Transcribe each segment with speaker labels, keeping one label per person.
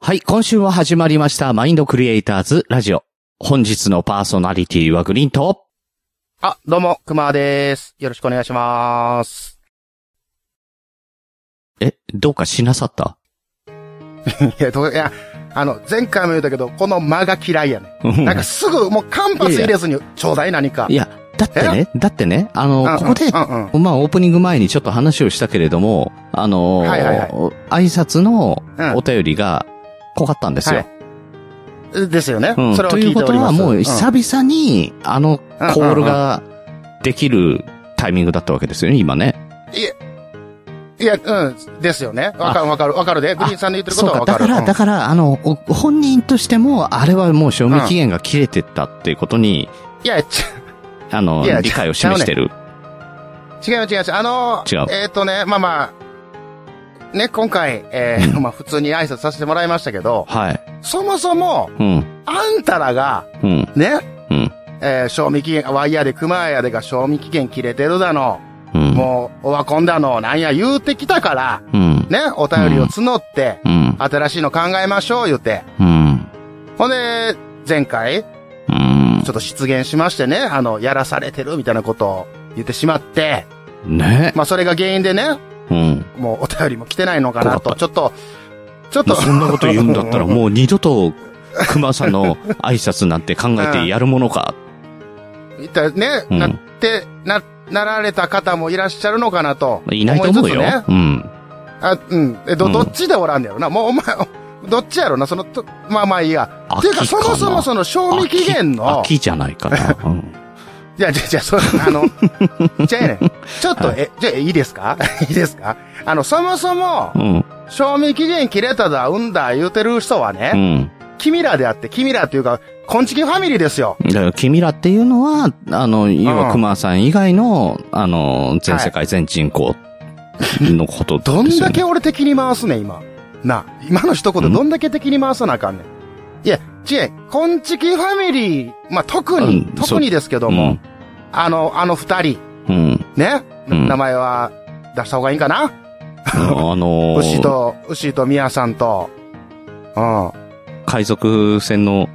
Speaker 1: はい、今週も始まりました、マインドクリエイターズラジオ。本日のパーソナリティはグリーンと、
Speaker 2: あ、どうも、くまです。よろしくお願いします。
Speaker 1: え、どうかしなさった
Speaker 2: いや、どういや、あの、前回も言ったけど、この間が嫌いやねん。なんかすぐ、もう間髪入れずに、ちょうだい何か。
Speaker 1: いや、だってね、だってね、あ
Speaker 2: うんうん
Speaker 1: の、ここで、
Speaker 2: うんうん。
Speaker 1: まあ、オープニング前にちょっと話をしたけれども、あのー
Speaker 2: はいはいはい
Speaker 1: 挨拶の
Speaker 2: うん
Speaker 1: お便りが濃かったんですよ。
Speaker 2: はい。ですよね。
Speaker 1: うん
Speaker 2: それを
Speaker 1: と
Speaker 2: 聞
Speaker 1: いう
Speaker 2: い
Speaker 1: こ
Speaker 2: てお
Speaker 1: と
Speaker 2: り
Speaker 1: は、
Speaker 2: ます。
Speaker 1: もうん久々に、あの、コールができるタイミングだったわけですよね、今ね。
Speaker 2: いや、うん、ですよね。わかるわかるわかるで。グリーンさんの言ってること
Speaker 1: そう
Speaker 2: は
Speaker 1: か、
Speaker 2: わ
Speaker 1: だ
Speaker 2: かる。
Speaker 1: から、だから、あの、お本人としても、あれはもう賞味期限が切れてったっていうことに、
Speaker 2: うんいや、ち
Speaker 1: あの
Speaker 2: いや、
Speaker 1: 理解を示してる。
Speaker 2: 違う違う違う。あの
Speaker 1: 違う
Speaker 2: ー、えっとね、まあまあ、ね、今回、えー、まあ普通に挨拶させてもらいましたけど、
Speaker 1: はい。
Speaker 2: そもそも、
Speaker 1: うん、
Speaker 2: あんたらが、
Speaker 1: うん、
Speaker 2: ね、
Speaker 1: うん、
Speaker 2: えー賞味期限、ワイヤーで熊やでが賞味期限切れてるだの、
Speaker 1: うん、
Speaker 2: もう、オワコンだの、なんや言うてきたから、
Speaker 1: うん、
Speaker 2: ね、お便りを募って、
Speaker 1: うん、
Speaker 2: 新しいの考えましょう、言うて。
Speaker 1: うん、
Speaker 2: ほんで、前回、ち
Speaker 1: うん
Speaker 2: ょっと失言しましてね、あの、やらされてるみたいなことを言ってしまって、
Speaker 1: ね。
Speaker 2: まあ、それが原因でね、
Speaker 1: うん。
Speaker 2: もうお便りも来てないのかな
Speaker 1: そう
Speaker 2: と、ちょっと、ちょっ
Speaker 1: も
Speaker 2: と、
Speaker 1: うそんなこと言うんだったら、もう二度と、熊さんの挨拶なんて考えてやるもの か。
Speaker 2: 一体ね、
Speaker 1: うん
Speaker 2: なって、な、なられた方もいらっしゃるのかなと。
Speaker 1: いないと思うよ。
Speaker 2: 思いつつね
Speaker 1: うん。
Speaker 2: あ、うん。え、
Speaker 1: う
Speaker 2: ど、
Speaker 1: ん
Speaker 2: どっちでおらんねやろな。もうお前、 どっちやろな、その、とまあまあいいや。
Speaker 1: 秋
Speaker 2: ていうか、そ
Speaker 1: かな
Speaker 2: もそもその賞味期限の、
Speaker 1: 秋秋じゃないかな。うん
Speaker 2: いや、じゃ、じゃ、そう、あの、 じゃあね、ちょっと、え、じゃあいいですか いいですかあの、そもそも
Speaker 1: う、ん。
Speaker 2: 賞味期限切れただ、うんだ、言うてる人はね、
Speaker 1: うん。
Speaker 2: 君らであって、君らっていうか、こんちきファミリーですよ。
Speaker 1: だから、君らっていうのは、あの、要は熊さん以外の、あの、全世界全人口のことですよ
Speaker 2: ど
Speaker 1: ね、
Speaker 2: んだけ俺敵に回すねん、今。な、今の一言どんだけ敵に回さなあかんねん。いや、ちえ、こんちきファミリー、まあ、特に、
Speaker 1: うんそう
Speaker 2: 特にですけども、あの、あの二人、
Speaker 1: うん。うん。
Speaker 2: ね、
Speaker 1: うん
Speaker 2: 名前は出した方がいいんかな
Speaker 1: あの
Speaker 2: 牛と、牛と宮さんと、うん。
Speaker 1: 海賊船の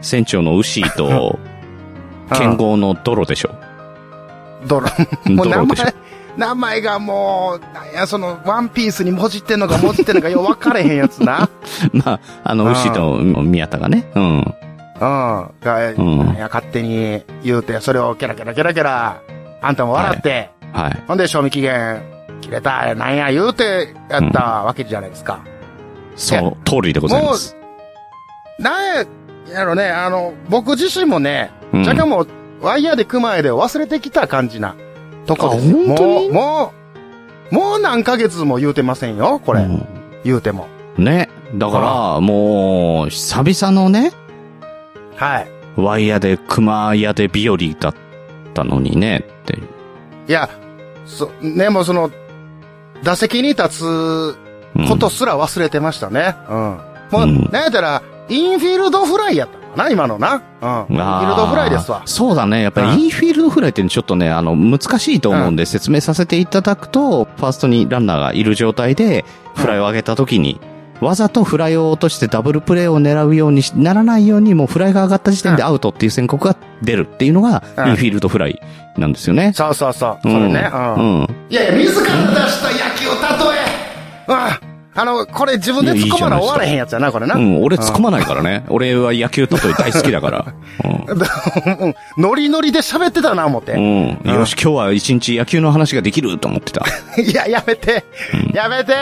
Speaker 1: 船長の牛 と、剣豪の泥でしょ。
Speaker 2: ドロもう名
Speaker 1: 泥でしょ
Speaker 2: 前。、名前がもう、なんや、その、ワンピースにもじってんのかもじってんのかよう分かれへんやつ な。
Speaker 1: まあ、あの、牛と宮田がね。うん。
Speaker 2: うん。が、
Speaker 1: ん
Speaker 2: なんや、勝手に言うて、それをキャラキャラキャラキャラ、あんたも笑って、
Speaker 1: はい。
Speaker 2: ほんで、賞味期限、切れた、なんや、言うて、やったわけじゃないですか。
Speaker 1: そ
Speaker 2: いや
Speaker 1: の通りでございます。
Speaker 2: なんや、やろね、あの、僕自身もね、
Speaker 1: うん
Speaker 2: 若干もう、ワイヤーで熊へで忘れてきた感じな、とこですよ。
Speaker 1: あ本当に
Speaker 2: もう、もう、もう何ヶ月も言うてませんよ、これ。
Speaker 1: うん
Speaker 2: 言うても。
Speaker 1: ね。だから、もう、久々のね、
Speaker 2: はい。
Speaker 1: ワイヤーで熊屋で日和だったのにね、っていう。
Speaker 2: いや、そ、ね、もうその、打席に立つ
Speaker 1: うん
Speaker 2: ことすら忘れてましたね。うん。もう、
Speaker 1: うん
Speaker 2: なんやったら、インフィールドフライやったのかな、今のな。うん。インフ
Speaker 1: あー
Speaker 2: ィールドフライですわ。
Speaker 1: そうだね。やっぱ
Speaker 2: うん
Speaker 1: りインフィールドフライってちょっとね、あの、難しいと思うんで説明させていただくと、ファーストにランナーがいる状態で、フライを上げた時に、わざとフライを落としてダブルプレーを狙うようにしならないように、もうフライが上がった時点でアウトっていう宣告が出るっていうのが、
Speaker 2: うん
Speaker 1: インフィールドフライなんですよね。
Speaker 2: そうそうそう。それね。うん。
Speaker 1: うん。うん
Speaker 2: いやいや、自ら出した野球例え。うん。あの、これ自分で突っ込まな終われへんやつやな、これな。
Speaker 1: う
Speaker 2: うん。
Speaker 1: ん、俺突っ込まないからね。俺は野球例え大好きだから。
Speaker 2: ノリノリで喋ってたな、思っ
Speaker 1: う
Speaker 2: て。
Speaker 1: ん。うん。よし、今日は一日野球の話ができると思ってた。
Speaker 2: いや、やめて。やめて。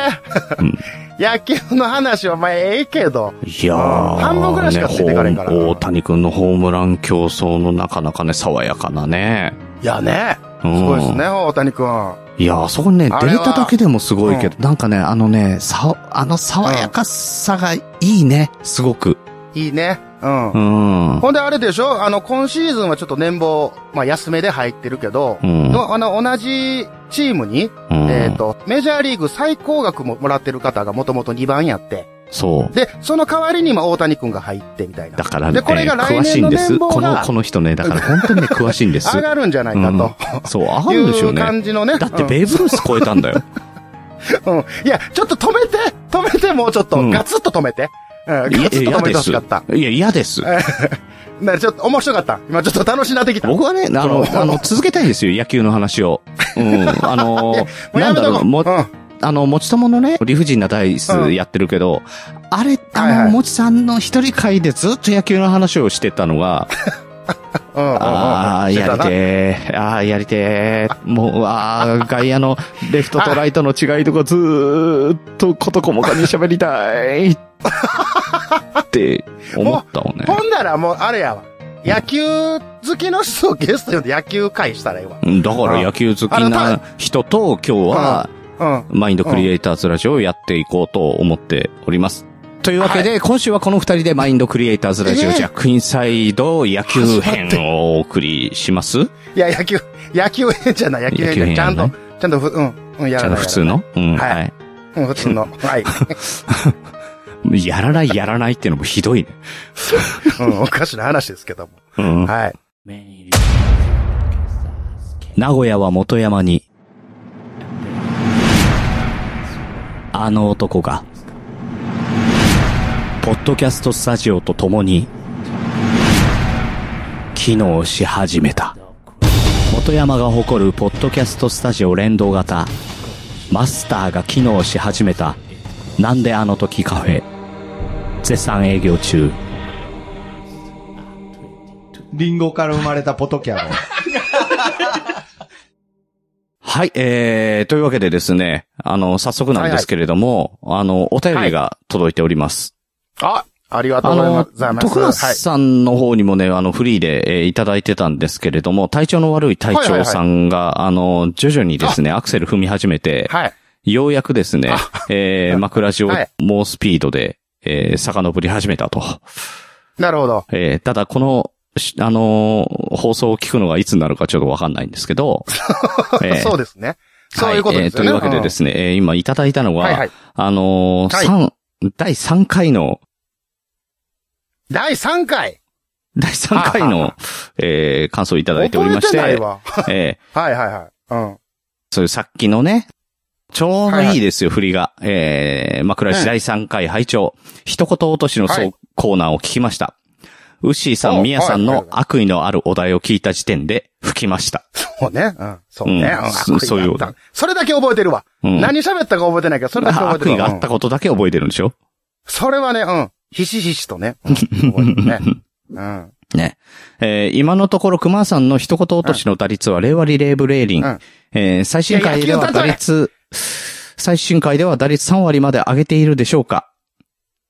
Speaker 2: 野球の話はお前ええけど。
Speaker 1: いやー、
Speaker 2: うん半分ぐらいしかついていかれんから
Speaker 1: ねほん大谷君のホームラン競争のなかなかね、爽やかなね。
Speaker 2: いやね。す
Speaker 1: うん
Speaker 2: ごいですね、大谷くん。
Speaker 1: いやー、そこにね、デ
Speaker 2: あれは
Speaker 1: ータだけでもすごいけど、なんかね、あのね、さ、あの爽やかさがいいね、すごく。
Speaker 2: いいね。うん。
Speaker 1: うん。
Speaker 2: ほんであれでしょあの、今シーズンはちょっと年俸、まあ、安めで入ってるけど、
Speaker 1: うん
Speaker 2: のあの、同じチームに、
Speaker 1: うん
Speaker 2: えっ、と、メジャーリーグ最高額ももらってる方がもともと2番やって、
Speaker 1: そう。
Speaker 2: で、その代わりに今大谷くんが入ってみたいな。
Speaker 1: だからね、
Speaker 2: で、これが来
Speaker 1: 詳しい
Speaker 2: 年
Speaker 1: ん
Speaker 2: の
Speaker 1: です。
Speaker 2: 年
Speaker 1: こ
Speaker 2: 俸
Speaker 1: の、
Speaker 2: が
Speaker 1: この人ね、 だから本当にね、詳しいんです。
Speaker 2: 上がるんじゃないかと。
Speaker 1: そう、あるんでし
Speaker 2: い
Speaker 1: ょう
Speaker 2: う
Speaker 1: ね。
Speaker 2: 感じのね。
Speaker 1: だって
Speaker 2: うん
Speaker 1: ベーブ・ルース超えたんだよ。
Speaker 2: うんいや、ちょっと止めて止めてもうちょっと、
Speaker 1: うん
Speaker 2: ガツッと止めて。うん
Speaker 1: いや
Speaker 2: ガツッと止めてほしかった。
Speaker 1: いや、嫌です。
Speaker 2: なちょっと面白かった。今ちょっと楽しなってきた。
Speaker 1: 僕はね、あの、
Speaker 2: そう
Speaker 1: あ の、続けたいですよ、野球の話を。うん。あの、
Speaker 2: もうや
Speaker 1: なん
Speaker 2: め
Speaker 1: だ
Speaker 2: と
Speaker 1: ろ
Speaker 2: こ
Speaker 1: う、
Speaker 2: う。
Speaker 1: も
Speaker 2: う、ん
Speaker 1: あの、もちとものね、理不尽なダイス
Speaker 2: うん
Speaker 1: やってるけど、あれ、
Speaker 2: はい
Speaker 1: あ
Speaker 2: は
Speaker 1: の、
Speaker 2: い
Speaker 1: もちさんの一人会でずっと野球の話をしてたの が、
Speaker 2: うんうんうん
Speaker 1: ああ、
Speaker 2: して
Speaker 1: や
Speaker 2: た
Speaker 1: り
Speaker 2: な
Speaker 1: てー、ああ、やりてー、もう、あ あ、外野のレフトとライトの違いとかずーっとこと細かに喋りたい。って思ったのね。
Speaker 2: ほんならもう、あれやわ。野球好きの人をゲスト呼んで野球会したらええわ。
Speaker 1: うんだから野球好きな人と今日は、
Speaker 2: うん。
Speaker 1: マインドクリエイターズラジオをやっていこうと思っております。というわけで、今週はこの二人でマインドクリエイターズラジオ
Speaker 2: えー
Speaker 1: ジャックインサイド野球編をお送りします
Speaker 2: いや、野球、野球編じゃない、野球編じゃない。ちゃん
Speaker 1: 野
Speaker 2: と
Speaker 1: 球、
Speaker 2: ちゃんとふ、うん、うん、や
Speaker 1: じゃ
Speaker 2: らな
Speaker 1: あ
Speaker 2: い。
Speaker 1: 普通のうん、
Speaker 2: はい
Speaker 1: はい。
Speaker 2: うん、普通の。はい。
Speaker 1: やらない、やらないっていうのもひどいね。
Speaker 2: うん、おかしな話ですけども。
Speaker 1: うん。
Speaker 2: はい。
Speaker 1: 名古屋は元山に、あの男が、ポッドキャストスタジオと共に、機能し始めた。元山が誇るポッドキャストスタジオ連動型、マスターが機能し始めた、なんであの時カフェ、絶賛営業中。
Speaker 3: リンゴから生まれたポトキャロ。
Speaker 1: はい、えー、というわけでですね、あの、早速なんですけれども、あの、お便りが届いております。
Speaker 2: あ、ありがとう
Speaker 1: あの
Speaker 2: ござい、ます。
Speaker 1: 徳
Speaker 2: はい。
Speaker 1: 松さんの方にもね、あの、フリーで、えーいただいてたんですけれども、体調の悪い隊長さんが、あの、徐々にですね、アクセル踏み始めて、
Speaker 2: はい。
Speaker 1: ようやくですね、えー、枕地を
Speaker 2: はい
Speaker 1: 猛スピードで、えー、遡り始めたと。
Speaker 2: なるほど。
Speaker 1: えー、ただこの、しあのー放送を聞くのがいつになるかちょっとわかんないんですけ ど、えー
Speaker 2: そうですね。そういうことですよね。
Speaker 1: はいえーというわけでですね、えー今いただいたの
Speaker 2: うん。
Speaker 1: は、
Speaker 2: はいはい。
Speaker 1: あのー
Speaker 2: はい
Speaker 1: 三第3回の、
Speaker 2: 第3回
Speaker 1: 第3回
Speaker 2: はいはい
Speaker 1: の、えー感想をいただいておりまし
Speaker 2: 覚えて
Speaker 1: て
Speaker 2: ない、わ。
Speaker 1: えー
Speaker 2: はいはいはい。うん。
Speaker 1: そういうさっきのね、ちょうど
Speaker 2: はいはい
Speaker 1: いいですよ、振りが。えー、枕
Speaker 2: う
Speaker 1: 市
Speaker 2: ん
Speaker 1: 第3回拝聴、一言落としのそう
Speaker 2: はい
Speaker 1: コーナーを聞きました。ウッシーさん、
Speaker 2: お
Speaker 1: ミヤさん
Speaker 2: はいは
Speaker 1: の
Speaker 2: いは
Speaker 1: 悪意のあるお題を聞いた時点で吹きました。
Speaker 2: そうね。うん。そうね。
Speaker 1: うん
Speaker 2: うん
Speaker 1: そ
Speaker 2: 悪意が
Speaker 1: そういうこと
Speaker 2: あったそれだけ覚えてるわ。
Speaker 1: うん
Speaker 2: 何喋ったか覚えてないけど、それだけ覚え
Speaker 1: 悪
Speaker 2: てる
Speaker 1: 意
Speaker 2: わ。
Speaker 1: があった
Speaker 2: うん
Speaker 1: ことだけ覚えてるんでしょ
Speaker 2: それはね、うん。ひしひしとね。うん覚えてる ね。うん。
Speaker 1: ね。えー今のところ熊さんの一言落としの打率は令和リレーブレーリン。
Speaker 2: うん
Speaker 1: えー最新回では打率、最新回では打率3割まで上げているでしょうか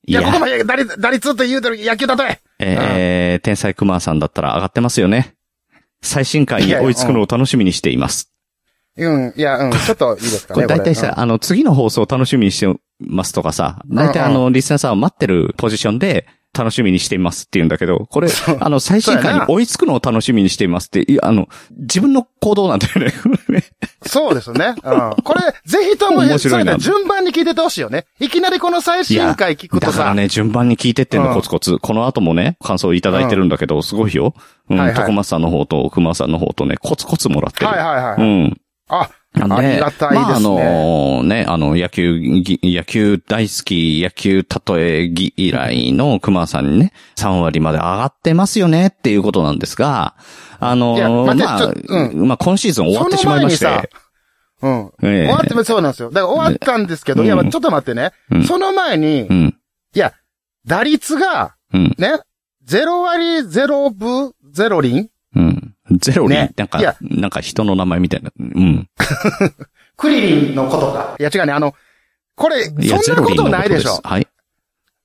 Speaker 1: い
Speaker 2: いや、ここまで打率、打率って言うてる野球例え。
Speaker 1: えー天才熊さんだったら上がってますよね。最新回に追いつくのを楽しみにしています。
Speaker 2: うん。いや、うん。ちょっといいですか
Speaker 1: こ
Speaker 2: ね。
Speaker 1: れ大体さ、あの、次の放送を楽しみにしてますとかさ、大体あの、リスナーさんを待ってるポジションで、楽しみにしていますって言うんだけど、これ、あの、最新回に追いつくのを楽しみにしていますって、いや、あの、自分の行動なんだよね。 これね
Speaker 2: うんそうですね。うん。これ、ぜひとも、
Speaker 1: 面
Speaker 2: そ
Speaker 1: 白い
Speaker 2: れ
Speaker 1: な
Speaker 2: ね順番に聞いててほしいよね。いきなりこの最
Speaker 1: いや
Speaker 2: 新回聞くと
Speaker 1: だから
Speaker 2: さ、
Speaker 1: ね、順番に聞いてってん
Speaker 2: う
Speaker 1: の、
Speaker 2: ん
Speaker 1: コツコツ。この後もね、感想いただいてるんだけど、すごいよ。うん、
Speaker 2: はいはい
Speaker 1: 徳松さんの方と熊さんの方とね、コツコツもらってる。
Speaker 2: はいはいは
Speaker 1: う
Speaker 2: い。
Speaker 1: ん。
Speaker 2: あ、
Speaker 1: なんで
Speaker 2: ありがたい
Speaker 1: まあ、
Speaker 2: で
Speaker 1: あ
Speaker 2: すね。
Speaker 1: のね、あの、野球ぎ、野球大好き、野球たとえぎ以来の熊さんにね、3割まで上がってますよねっていうことなんですが、あの
Speaker 2: いや
Speaker 1: ま
Speaker 2: 待ってち
Speaker 1: あ
Speaker 2: ょ、う
Speaker 1: まあ、今シーズン終わってし
Speaker 2: その
Speaker 1: まい
Speaker 2: 前
Speaker 1: ま
Speaker 2: に
Speaker 1: して。
Speaker 2: さ、うん。
Speaker 1: ええ
Speaker 2: 終わって、そうなんですよ。だから終わったんですけど、
Speaker 1: うん
Speaker 2: いや、まあちょっと待ってね。
Speaker 1: うん
Speaker 2: その前に
Speaker 1: う、ん、
Speaker 2: いや、打率が、
Speaker 1: うん、
Speaker 2: ね、0割0分0厘
Speaker 1: うん。ゼロに、
Speaker 2: ね
Speaker 1: なん
Speaker 2: い
Speaker 1: か
Speaker 2: や、
Speaker 1: なんか人の名前みたいな。うん。
Speaker 2: クリリンのことか。いや、違うね、あの、これ、そん
Speaker 1: いやゼ
Speaker 2: な
Speaker 1: ロ
Speaker 2: こ
Speaker 1: リンの
Speaker 2: とないでし
Speaker 1: す
Speaker 2: ょ。
Speaker 1: はい。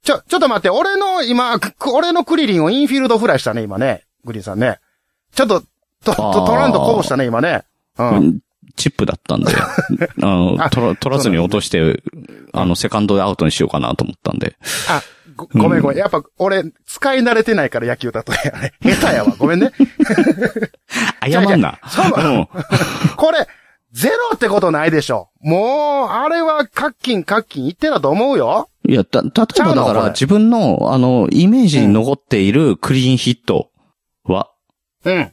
Speaker 2: ちょ、ちょっと待って、俺の今、く俺のクリリンをインフィールドフライしたね、今ね。グリーンさんね。ちょっと、と、
Speaker 1: あー
Speaker 2: とトランドこぼしたね、今ね。うん。
Speaker 1: チップだった んで、あの、取ら取らずに落として、あの、セカンドでアウトにしようかなと思ったんで。
Speaker 2: あ、ご、ごめんごめん。やっぱ、俺、使い慣れてないから野球だとやね。下手やわ。ご めんね。
Speaker 1: 謝んな。
Speaker 2: これ、ゼロってことないでしょ。もう、あれは、カッキンカッキン言ってたと思うよ。
Speaker 1: うん。いや、た、例え
Speaker 2: ちゃ
Speaker 1: ばだ
Speaker 2: うの
Speaker 1: か
Speaker 2: こ
Speaker 1: ら
Speaker 2: れ
Speaker 1: 自分の、あの、イメージに残っているクリーンヒットは、
Speaker 2: うん。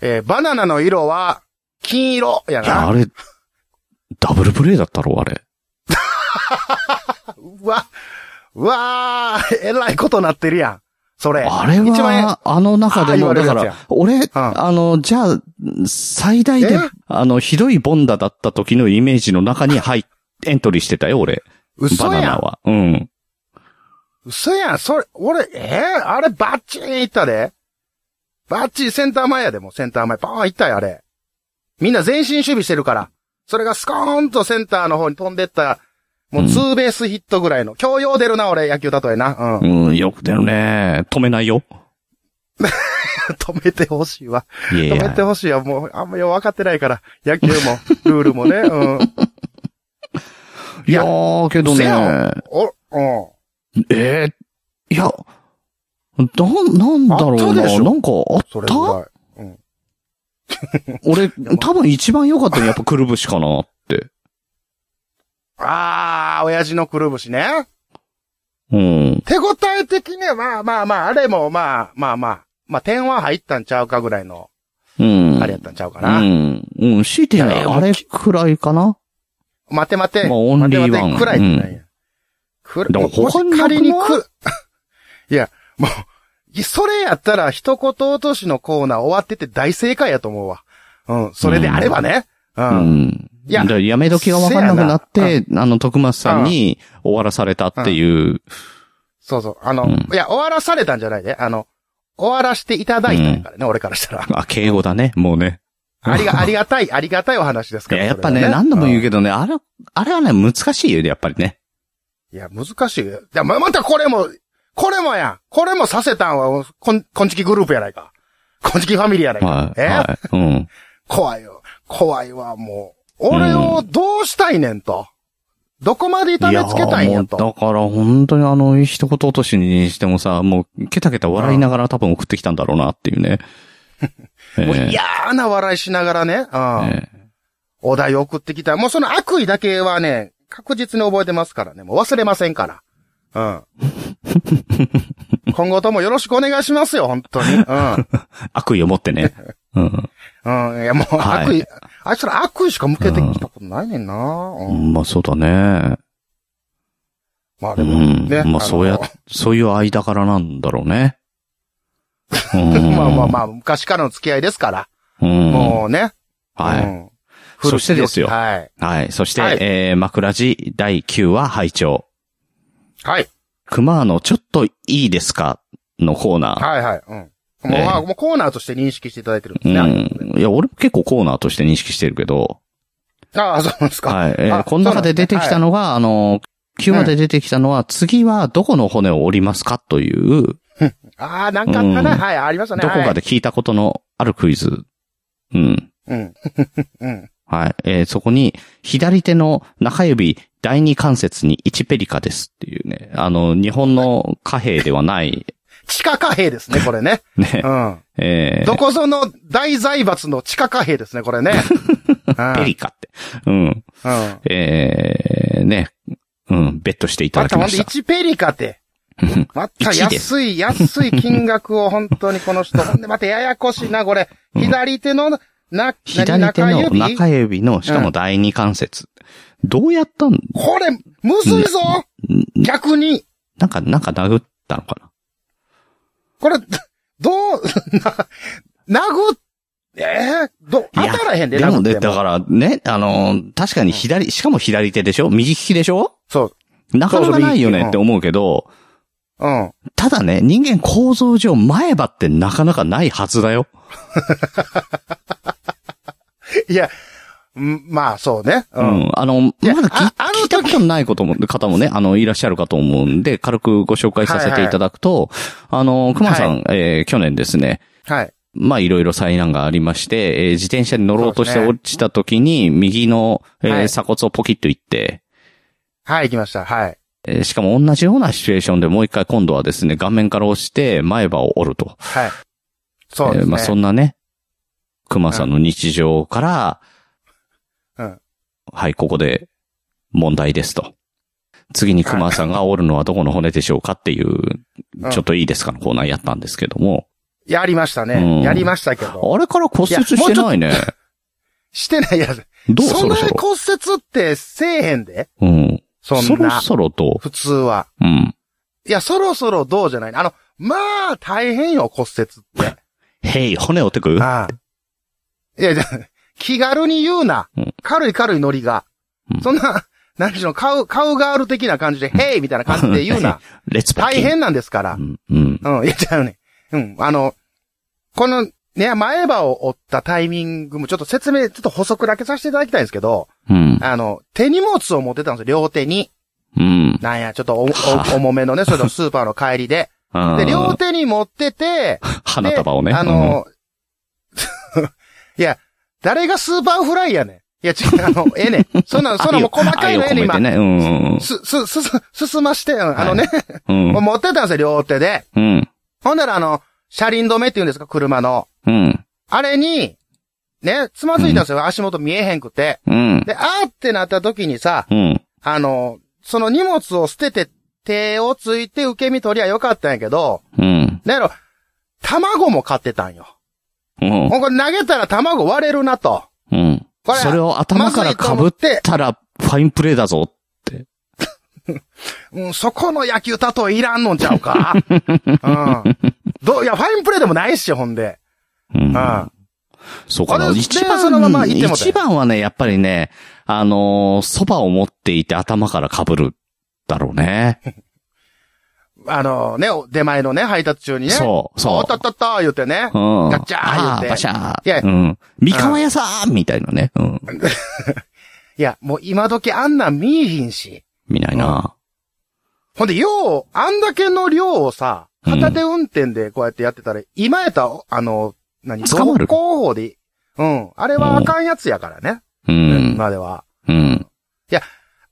Speaker 2: えーバナナの色は、金色や
Speaker 1: いや、あ
Speaker 2: な。
Speaker 1: れ、ダブルプレイだったろ、あれ。
Speaker 2: うわ、うわー、えらいことなってるやん。それ。
Speaker 1: あれ
Speaker 2: 一万円。
Speaker 1: は、あの中でも、
Speaker 2: ああ言われ
Speaker 1: だ
Speaker 2: る
Speaker 1: か
Speaker 2: やつや
Speaker 1: ら、俺、あの、じゃあ、最大で
Speaker 2: え、
Speaker 1: あの、ひどいボンダだった時のイメージの中に 入っ、エントリーしてたよ、俺。
Speaker 2: 嘘
Speaker 1: バナ
Speaker 2: や
Speaker 1: ナ
Speaker 2: ん。
Speaker 1: は。うん。
Speaker 2: 嘘やん。それ、俺、えー、あれバッチンいったで。バッチンセンター前やで、もうセンター前。パーンいったよ、あれ。みんな前進守備してるから。それがスコーンとセンターの方に飛んでった、もうツーベースヒットぐらいの。教養出るな、俺、野球例えな。うん。
Speaker 1: うん、よく出るね。止めないよ。
Speaker 2: 止めてほしいわ。
Speaker 1: いやい
Speaker 2: 止めて
Speaker 1: や。
Speaker 2: ほしいわ。もう、あんまよう分かってないから。野球も、ルールもね。うん。
Speaker 1: いやー、けど
Speaker 2: せ
Speaker 1: ね。
Speaker 2: やお、うん。
Speaker 1: ええいや、な、なんだろ
Speaker 2: あ
Speaker 1: う
Speaker 2: った
Speaker 1: な。
Speaker 2: でしょ
Speaker 1: なんかあっ
Speaker 2: それぐ
Speaker 1: た
Speaker 2: らい。うん。
Speaker 1: 俺、多分一番良かったのやっぱくるぶしかなって。
Speaker 2: あー、親父のくるぶしね。
Speaker 1: うん。
Speaker 2: 手応え的には、まあまあまあ、あれもまあまあまあ、まあ点は入ったんちゃうかぐらいの、
Speaker 1: うん。
Speaker 2: あれやったんちゃうか
Speaker 1: う
Speaker 2: な。
Speaker 1: ん。うん。強いて言うならあれくらいかな
Speaker 2: 待て待て。
Speaker 1: まあオンリーワン
Speaker 2: 待て待てくらいってなんや。くら
Speaker 1: でも他になくない
Speaker 2: 仮にく、 いや、もう、いそれやったら一言落としのコーナー終わってて大正解やと思うわ。うん、それであればね。う。
Speaker 1: うんん。
Speaker 2: いや
Speaker 1: だからやめ時がわかんなくなって、あの、徳松さんに終わらされたっていう。
Speaker 2: そうそう。あの、
Speaker 1: うん
Speaker 2: いや、終わらされたんじゃないで。あの、終わらしていただいたんやからね、俺からしたら。
Speaker 1: あ、敬語だね、もうね。
Speaker 2: ありが、ありがたい、ありがたいお話です
Speaker 1: い
Speaker 2: から。
Speaker 1: や、やっぱ
Speaker 2: そ
Speaker 1: ね、
Speaker 2: れは
Speaker 1: 何度も言う
Speaker 2: うん
Speaker 1: けどね、あれ、あれはね、難しいよね、やっぱりね。
Speaker 2: いや、難しい。いや、ま、またこれも、これもやん。これもさせたんは、こん、こんちきグループやないか。こんちきファミリーやないか。
Speaker 1: はい。
Speaker 2: え
Speaker 1: はい。うん。
Speaker 2: 怖いよ。怖いわ、もう。俺をどうしたいねんと。どこまで痛めつけたいん
Speaker 1: いや
Speaker 2: や
Speaker 1: もうだ
Speaker 2: と。
Speaker 1: から本当にあの、一言落としにしてもさ、もう、ケタケタ笑いながら多分送ってきたんだろうなっていう ね。
Speaker 2: もう
Speaker 1: ええ
Speaker 2: 嫌な笑いしながらね、うん。
Speaker 1: ええ
Speaker 2: お題を送ってきた。もうその悪意だけはね、確実に覚えてますからね。もう忘れませんから。 うん。今後ともよろしくお願いしますよ、本当に。うん。
Speaker 1: 悪意を持ってね。うん。
Speaker 2: うん。いや、もう
Speaker 1: はい
Speaker 2: 悪意、あいつら悪意しか向けてきたことないねんな。
Speaker 1: う
Speaker 2: うん。
Speaker 1: んまあそうだね。
Speaker 2: まあ
Speaker 1: う
Speaker 2: でも、
Speaker 1: ん。
Speaker 2: ね。
Speaker 1: まあそう や
Speaker 2: の、
Speaker 1: そういう間柄なんだろうね。うん
Speaker 2: まあまあまあ、昔からの付き合いですから。
Speaker 1: うん。
Speaker 2: もうね。
Speaker 1: は
Speaker 2: う
Speaker 1: い。
Speaker 2: ん
Speaker 1: そしてですよ
Speaker 2: はい。
Speaker 1: はい。そして、
Speaker 2: はい
Speaker 1: えー、枕地第9話拝聴。
Speaker 2: はい。
Speaker 1: 熊のちょっといいですかのコーナー。
Speaker 2: はいはい。うん。もう、
Speaker 1: ね
Speaker 2: まあ、もうコーナーとして認識していただいてるんですね。
Speaker 1: うん。いや、俺も結構コーナーとして認識してるけど、
Speaker 2: ああ、そうなんですか。
Speaker 1: はい。えー
Speaker 2: あ
Speaker 1: この中で出てきたのが、あの、9話で出てきたのは、次はどこの骨を折りますかという、
Speaker 2: ああ、なんかあった
Speaker 1: う
Speaker 2: な。
Speaker 1: ん
Speaker 2: はい、ありましたね。
Speaker 1: どこ
Speaker 2: はい
Speaker 1: かで聞いたことのあるクイズ。うん。
Speaker 2: うん。うん。
Speaker 1: はい。えーそこに、左手の中指第二関節に1ペリカですっていうね、あの、日本の貨幣ではない、
Speaker 2: 地下貨幣ですね、これね。
Speaker 1: ね、
Speaker 2: うん。
Speaker 1: えー
Speaker 2: どこぞの大財閥の地下貨幣ですね、こ れね。
Speaker 1: ペリカって。うん。
Speaker 2: うん。うん。
Speaker 1: えーね、うん、ベットしていた
Speaker 2: ま
Speaker 1: だき
Speaker 2: たほ
Speaker 1: ま
Speaker 2: んで
Speaker 1: した。
Speaker 2: 1ペリ カって。また
Speaker 1: 1です
Speaker 2: 安い、安い金額を本当にこの人。ほ んでまたややこしいな、これ。左手の、な、何
Speaker 1: 左手の
Speaker 2: 中指
Speaker 1: 中指の、しかも第二関節。どうやったん
Speaker 2: これ、むずいぞ逆に。
Speaker 1: なんか、なんか殴ったのかな
Speaker 2: これ、どう、な、殴っ、ええど、当
Speaker 1: いや
Speaker 2: たらへんで、
Speaker 1: で
Speaker 2: 殴
Speaker 1: も
Speaker 2: って
Speaker 1: ね、だからね、あのー、確かに左、しかも左手でしょ右利きでしょ
Speaker 2: そう。
Speaker 1: なかなかないよね
Speaker 2: そうそう右利き
Speaker 1: って思うけど、
Speaker 2: うん。
Speaker 1: ただね、人間構造上前歯ってなかなかないはずだよ。
Speaker 2: いや、んまあ、そうね。う。
Speaker 1: うんん。あの、
Speaker 2: いや
Speaker 1: まだ聞
Speaker 2: ああ
Speaker 1: 聞
Speaker 2: の時
Speaker 1: いたことないことも、方もね、あの、いらっしゃるかと思うんで、軽くご紹介させていただくと、あの、熊さん、えー去年ですね、
Speaker 2: はい。
Speaker 1: まあ、いろいろ災難がありまして、えー自転車に乗ろうとして
Speaker 2: そうですね
Speaker 1: 落ちた時に、右の、えー
Speaker 2: はい
Speaker 1: 鎖骨をポキッといって、
Speaker 2: はい、行きました。はい。
Speaker 1: えーしかも同じようなシチュエーションでもう一回今度はですね、顔面から落ちて前歯を折ると。
Speaker 2: はい。そうです
Speaker 1: え
Speaker 2: ね。
Speaker 1: ーまあ、そんなね、熊さんの日常から、
Speaker 2: うん
Speaker 1: はい、ここで問題ですと。次に熊さんが折るのはどこの骨でしょうかっていう
Speaker 2: う、ん
Speaker 1: ちょっといいですかのコーナーやったんですけども、
Speaker 2: やりました
Speaker 1: うん
Speaker 2: ね。やりましたけど。
Speaker 1: あれから骨折してないね。
Speaker 2: してないやつ。
Speaker 1: どう
Speaker 2: そ
Speaker 1: そ
Speaker 2: ん
Speaker 1: ろ
Speaker 2: な
Speaker 1: そろ。
Speaker 2: 骨折ってせえへんで。
Speaker 1: うん。
Speaker 2: そ
Speaker 1: そ
Speaker 2: ん
Speaker 1: ろ
Speaker 2: な、
Speaker 1: そろと、
Speaker 2: 普通は。
Speaker 1: うん。
Speaker 2: いや、そろそろどうじゃないあの、まあ、大変よ、骨 折って。
Speaker 1: へい、骨折ってくる
Speaker 2: ああ。いや、じゃあ気軽に言うな
Speaker 1: うん。
Speaker 2: 軽い軽いノリが
Speaker 1: う。ん
Speaker 2: そんな、何しろ、カウ、カウガール的な感じで、へいみたいな感じで言う な。
Speaker 1: レッツパッ
Speaker 2: 大
Speaker 1: キン。
Speaker 2: 変なんですから
Speaker 1: う。ん。うん。
Speaker 2: うん、いや、ちゃうね。うん、あの、この、ね、前歯を折ったタイミングも、ちょっと説明、ちょっと補足だけさせていただきたいんですけど、
Speaker 1: うん。
Speaker 2: あの、手荷物を持ってたんですよ、両手に。
Speaker 1: うん。
Speaker 2: なんや、ちょっとお、 お、重めのね、それとスーパーの帰りで。
Speaker 1: うん
Speaker 2: で、両手に持ってて、
Speaker 1: 花束をね。
Speaker 2: であの、 いや、誰がスーパーフライやねん。いや、違う、あの、ええねん。そんな、
Speaker 1: うん、
Speaker 2: そんなもう細かいのええ
Speaker 1: 愛を込め
Speaker 2: ねん、今
Speaker 1: て。ね。うん
Speaker 2: す、す、す、す、進まして、うんあのね、
Speaker 1: うん。
Speaker 2: もう持ってたんですよ、両手で。
Speaker 1: うん。うん。
Speaker 2: ほんなら、あの、車輪止めって言うんですか、車の。
Speaker 1: うん。
Speaker 2: あれに、ね、つまずいたんですよ、足元見えへんくて。
Speaker 1: うん。
Speaker 2: で、あーってなった時にさ、
Speaker 1: うん。
Speaker 2: あの、その荷物を捨てて、手をついて受け身取りゃよかったんやけど、
Speaker 1: うん。
Speaker 2: なんやろ、卵も買ってたんよ。
Speaker 1: うん。
Speaker 2: もうこれ投げたら卵割れるなと。
Speaker 1: うん。
Speaker 2: これ
Speaker 1: それを頭から被ったら、ファインプレーだぞ。
Speaker 2: うん、そこの野球例えいらんのんちゃ うかうん。どう、いや、ファインプレーでもないし、ほんで。
Speaker 1: う。
Speaker 2: うんん。
Speaker 1: そうか
Speaker 2: あ
Speaker 1: な。
Speaker 2: れ
Speaker 1: 一
Speaker 2: でそのまま
Speaker 1: 番、
Speaker 2: 行ってもだ
Speaker 1: 一
Speaker 2: よ
Speaker 1: 番はね、やっぱりね、あのー、蕎麦を持っていて頭から被る。だろうね。
Speaker 2: あのね、お出前のね、配達中にね。
Speaker 1: そう、
Speaker 2: お
Speaker 1: そ
Speaker 2: っとっとっと、言うてね
Speaker 1: う。う。ん。
Speaker 2: ガッチャー言うて
Speaker 1: あバシャ
Speaker 2: いや
Speaker 1: ー。うん。三河屋さんみたいなね。うん。
Speaker 2: いや、もう今時あんなん見いひんし。
Speaker 1: 見ないな。
Speaker 2: ほんで、よう、あんだけの量をさ、片手運転でこうやってやってたら、今やったら、あの、何、
Speaker 1: 捕まる
Speaker 2: 道交法で、うん。あれはあかんやつやからね。
Speaker 1: う
Speaker 2: うん。
Speaker 1: ん。
Speaker 2: 今では。
Speaker 1: うん。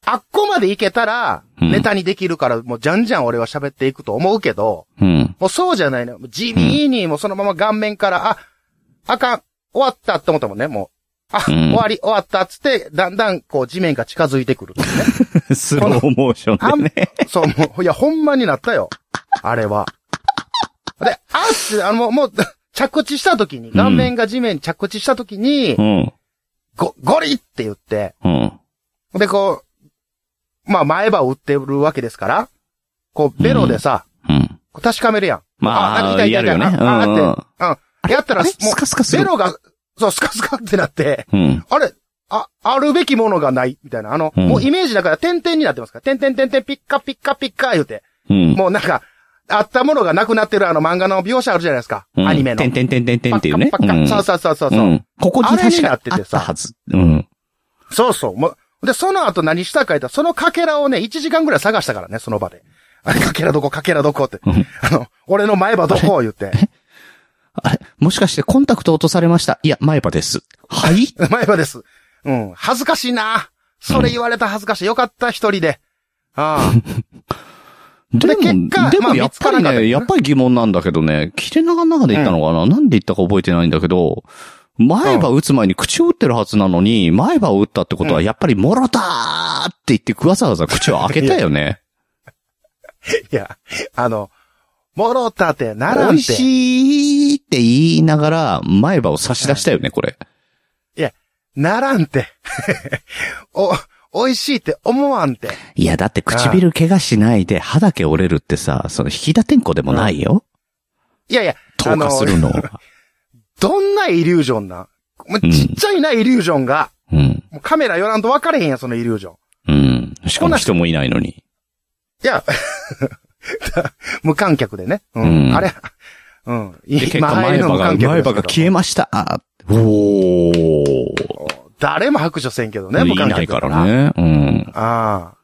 Speaker 2: あっこまで行けたら、
Speaker 1: うん
Speaker 2: ネタにできるから、もうじゃんじゃん俺は喋っていくと思うけど、
Speaker 1: うん。
Speaker 2: もうそうじゃないの、ね。地味に、もうそのまま顔面から、あ、あかん、終わったって思ったもんね、もう。あ、
Speaker 1: うん
Speaker 2: 終わり、終わったっつって、だんだん、こう、地面が近づいてくるっていうね。
Speaker 1: スローモーションでね。
Speaker 2: そう、もう、いや、ほんまになったよ。あれは。で、あっあの、もう、もう、着地した時に、顔面が地面に着地した時に、
Speaker 1: うん。
Speaker 2: ご、ゴリって言って、
Speaker 1: うん。
Speaker 2: で、こう、まあ、前歯を打ってるわけですから、こう、ベロでさ、
Speaker 1: うん。
Speaker 2: こう確かめるやん。
Speaker 1: まあ
Speaker 2: なんか痛い
Speaker 1: やるよね
Speaker 2: 痛い痛いあ
Speaker 1: うん
Speaker 2: あって、うん。やったら、
Speaker 1: あれ
Speaker 2: も
Speaker 1: スカスカ
Speaker 2: う、
Speaker 1: す
Speaker 2: ベ
Speaker 1: る。
Speaker 2: ロが、そう、スカスカってなって、
Speaker 1: うん。
Speaker 2: あれ、あ、あるべきものがない、みたいな。あの、
Speaker 1: うん
Speaker 2: もうイメージだから点々になってますから、点々点々ピッカピッカピッカ言うて、
Speaker 1: うん。
Speaker 2: もうなんか、あったものがなくなってるあの漫画の描写あるじゃないですか。
Speaker 1: うん
Speaker 2: アニメの。
Speaker 1: てんてんてんてんてんっていうね。
Speaker 2: パッカパッカ
Speaker 1: うん
Speaker 2: そうそうそうそう。
Speaker 1: うん。ここに
Speaker 2: あれ
Speaker 1: 確
Speaker 2: に
Speaker 1: か
Speaker 2: な
Speaker 1: あ
Speaker 2: ってて
Speaker 1: っ
Speaker 2: さ
Speaker 1: たはず。うん。
Speaker 2: そうそう。もうで、その後何したか言ったら、そのかけらをね、1時間ぐらい探したからね、その場で。あれ、かけらどこ、かけらどこって。
Speaker 1: うん
Speaker 2: あの、俺の前歯どこ言って。
Speaker 1: あれもしかしてコンタクト落とされましたいや、前歯です。はい
Speaker 2: 前歯です。うん。恥ずかしいな。それ言われた恥ずかしい。よかった、一人で。あ
Speaker 1: でも、
Speaker 2: 結果
Speaker 1: で
Speaker 2: まあ
Speaker 1: もやっぱ
Speaker 2: 見つから
Speaker 1: り
Speaker 2: なかっ
Speaker 1: ね、
Speaker 2: たけどね
Speaker 1: やっぱり疑問なんだけどね、切れ長の中で言ったのかな、なんで言ったか覚えてないんだけど、前歯打つ前に口を打ってるはずなのに、前歯を打ったってこと
Speaker 2: う
Speaker 1: は、やっぱりもろたーって言って、わざわざ口を開けたよね。
Speaker 2: あ。いや、あの、もろたてな
Speaker 1: 美
Speaker 2: らん
Speaker 1: 味
Speaker 2: て。
Speaker 1: しいって言いながら、前歯を差し出したよね、これ。
Speaker 2: ならんて。 お、美味しいって思わんて。
Speaker 1: いや、だって唇怪我しないで歯だけ折れるってさ、その引き立てんこでもないよ。
Speaker 2: いやいや、
Speaker 1: 投下するのは。
Speaker 2: どんなイリュージョンなもう
Speaker 1: うん
Speaker 2: ちっちゃいな、イリュージョンが。
Speaker 1: うん。
Speaker 2: もうカメラ寄らんと分かれへんやん、そのイリュージョン。
Speaker 1: うん。しかも人もいないのに。
Speaker 2: いや、 無観客でね。う。
Speaker 1: うんん
Speaker 2: あれ、うん。
Speaker 1: で、結果前
Speaker 2: 流行り
Speaker 1: 歯
Speaker 2: 無
Speaker 1: が、
Speaker 2: 観客ですけど
Speaker 1: 前歯が消えました。あおー。
Speaker 2: 誰も拍手せんけどね、無
Speaker 1: い
Speaker 2: 観
Speaker 1: な
Speaker 2: 客
Speaker 1: い
Speaker 2: だ
Speaker 1: から。ね。うん。
Speaker 2: あ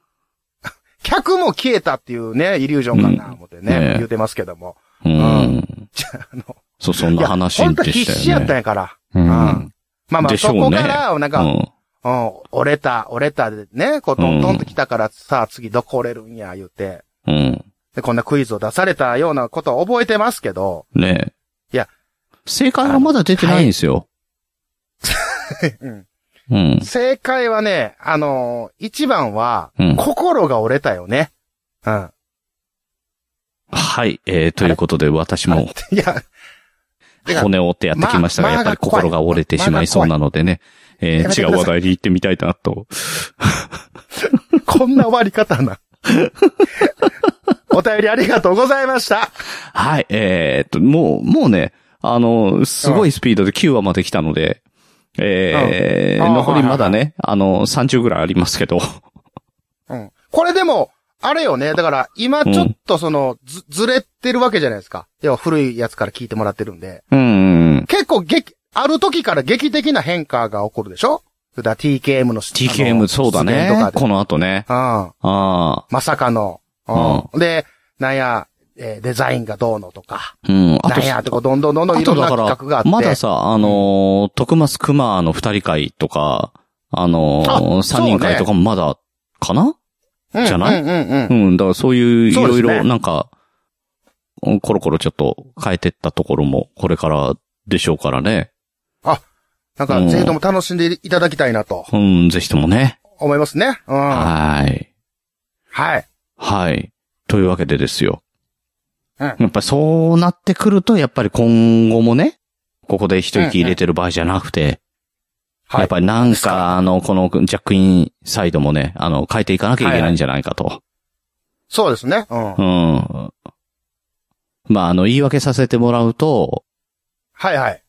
Speaker 2: あ。客も消えたっていうね、イリュージョンかな、思ってね、
Speaker 1: ねえ
Speaker 2: 言うてますけども。
Speaker 1: う
Speaker 2: うん
Speaker 1: ん。
Speaker 2: じゃあ、あの、
Speaker 1: そう、そん
Speaker 2: い
Speaker 1: な
Speaker 2: や、
Speaker 1: 話
Speaker 2: 本当
Speaker 1: でし
Speaker 2: 必
Speaker 1: たよね。
Speaker 2: 死やったんやから。
Speaker 1: う
Speaker 2: うん
Speaker 1: ん。
Speaker 2: まあまあ、
Speaker 1: でしょ
Speaker 2: そう
Speaker 1: ね
Speaker 2: こから、なんか、
Speaker 1: うん
Speaker 2: うん、折れた、折れたでね、こう、トントンと来たから、さあ、次どこ折れるんや、言うて。
Speaker 1: うん。
Speaker 2: で、こんなクイズを出されたようなことを覚えてますけど、
Speaker 1: ねえ
Speaker 2: いや。
Speaker 1: 正解はまだ出てないんですよ。
Speaker 2: うん
Speaker 1: うん。
Speaker 2: 正解はね、あのー一番は、
Speaker 1: うん
Speaker 2: 心が折れたよね。うん。
Speaker 1: はい。えー、ということで、私も
Speaker 2: いや、てか
Speaker 1: 骨を折ってやってきましたが、
Speaker 2: ま
Speaker 1: やっぱり心が折れてしまいそうなのでね。え
Speaker 2: や
Speaker 1: ー、
Speaker 2: めて
Speaker 1: 違
Speaker 2: くださいう
Speaker 1: 話題に行ってみたいなと。
Speaker 2: こんな終わり方な。 お便りありがとうございました。
Speaker 1: はい、えーっと、もう、もうね、あの、すごいスピードで9話まで来たので、えー
Speaker 2: うんあー
Speaker 1: 残りまだね、あの、30ぐらいありますけど。
Speaker 2: うん。これでも、あれよね。だから、今ちょっとその、ず、ずれてるわけじゃないですか。要は古いやつから聞いてもらってるんで。
Speaker 1: うん。
Speaker 2: 結構劇、ある時から劇的な変化が起こるでしょだから TKM の
Speaker 1: TKM、そうだ
Speaker 2: 出
Speaker 1: ね
Speaker 2: 現と。かで
Speaker 1: この後ね。
Speaker 2: うん。
Speaker 1: あ
Speaker 2: まさかの。うん。で、なんや、えーデザインがどうのとか。
Speaker 1: あ。うん。あ
Speaker 2: な
Speaker 1: と
Speaker 2: ん、やとか、どんどんどんどん
Speaker 1: あ
Speaker 2: い
Speaker 1: と
Speaker 2: ろん
Speaker 1: だ
Speaker 2: な
Speaker 1: か
Speaker 2: 企画があ
Speaker 1: ら、
Speaker 2: って。
Speaker 1: まださ、あのー、徳松熊の二人会とか、あのー、
Speaker 2: あ
Speaker 1: 三人会とかもまだ、かな
Speaker 2: うん、
Speaker 1: じゃない
Speaker 2: うんうんうん
Speaker 1: う。ん、だからそういう、い
Speaker 2: そうで
Speaker 1: ろ
Speaker 2: すね
Speaker 1: いろ、なんか、うんコロコロちょっと変えてったところも、これからでしょうからね。
Speaker 2: なんか、ぜひとも楽しんでいただきたいなと
Speaker 1: うん、ぜひともね。
Speaker 2: 思いますね。うん。は
Speaker 1: はーい。
Speaker 2: い。
Speaker 1: はい。というわけでですよ。
Speaker 2: うん
Speaker 1: やっぱりそうなってくると、やっぱり今後もね、ここで一息入れてる場合じゃなくて、
Speaker 2: は
Speaker 1: やっ
Speaker 2: い。
Speaker 1: ぱりなんか、あの、このジャックインサイドもね、あの、変えていかなきゃいけないんじゃないかと。
Speaker 2: そうですね。うん。はい
Speaker 1: うん。まあ、あの、言い訳させてもらうと、
Speaker 2: はい。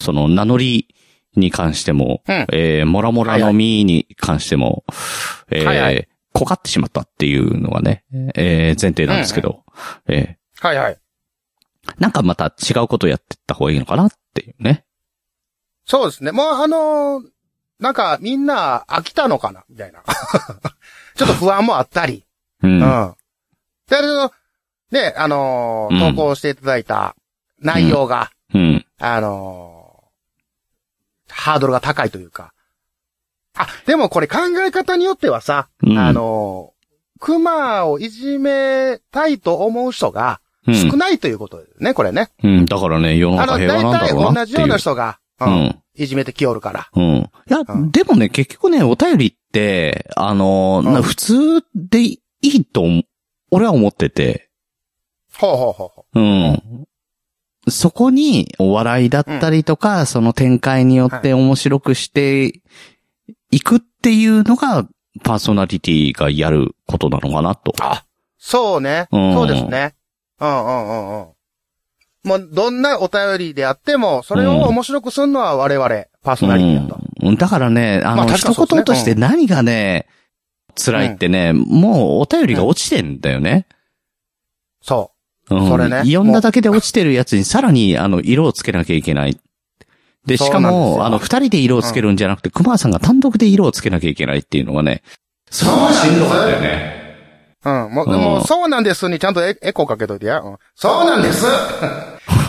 Speaker 1: その、名乗りに関しても、
Speaker 2: うん
Speaker 1: えー、モラモラのみに関しても、えー、
Speaker 2: はいは
Speaker 1: こかってしまったっていうのがね、えー、前提なんですけど、え
Speaker 2: はいはい。
Speaker 1: ー、なんかまた違うことやってった方がいいのかなっていうね。
Speaker 2: そうですね。もうあのーなんかみんな飽きたのかなみたいな。 ちょっと不安もあったり。
Speaker 1: うん。うん。
Speaker 2: うん。で、あのね、あの
Speaker 1: う
Speaker 2: ー
Speaker 1: ん
Speaker 2: 投稿していただいた内容が、あのーハードルが高いというか。あ、でもこれ考え方によってはさ、
Speaker 1: うん
Speaker 2: あのークマをいじめたいと思う人が
Speaker 1: う
Speaker 2: 少
Speaker 1: ん。
Speaker 2: ないということですね、これね。
Speaker 1: うん。だからね、世の
Speaker 2: あの、
Speaker 1: 中
Speaker 2: 大
Speaker 1: 平和なんだ
Speaker 2: 体
Speaker 1: ろうな
Speaker 2: 同
Speaker 1: って
Speaker 2: じよう
Speaker 1: い
Speaker 2: な
Speaker 1: う。
Speaker 2: 人が、う
Speaker 1: うんん。
Speaker 2: いじめてきおるから。
Speaker 1: うん。いや、
Speaker 2: うん
Speaker 1: でもね、結局ね、お便りって、あの、
Speaker 2: うん
Speaker 1: な普通でいいと思う、俺は思ってて、
Speaker 2: ほうほうほうほ
Speaker 1: うん。そこに、お笑いだったりとか、その展開によって面白くしていくっていうのが、パーソナリティがやることなのかなと。
Speaker 2: う。そうね。
Speaker 1: うん
Speaker 2: そうですね。うんうんうんうん。もう、どんなお便りであっても、それを面白くするのは我々、パーソナリティだと。
Speaker 1: うん。だからね、あの、
Speaker 2: まあ確か
Speaker 1: 一
Speaker 2: にそうですね
Speaker 1: 言として何がね、辛いってね、もうお便りが落ちてんだよね。
Speaker 2: そ
Speaker 1: うん、
Speaker 2: それね
Speaker 1: 読んだだけで落ちてるやつにさらに、あの、色をつけなきゃいけない。で、しか
Speaker 2: そうなんです
Speaker 1: も、
Speaker 2: よ
Speaker 1: あの、二人で色をつけるんじゃなくて、熊さんが単独で色をつけなきゃいけないっていうのがね。そうしんどかったよね。
Speaker 2: う。うん。もう、
Speaker 1: うん
Speaker 2: もうそうなんですにちゃんとエエコーかけといてや。うん、そうなんです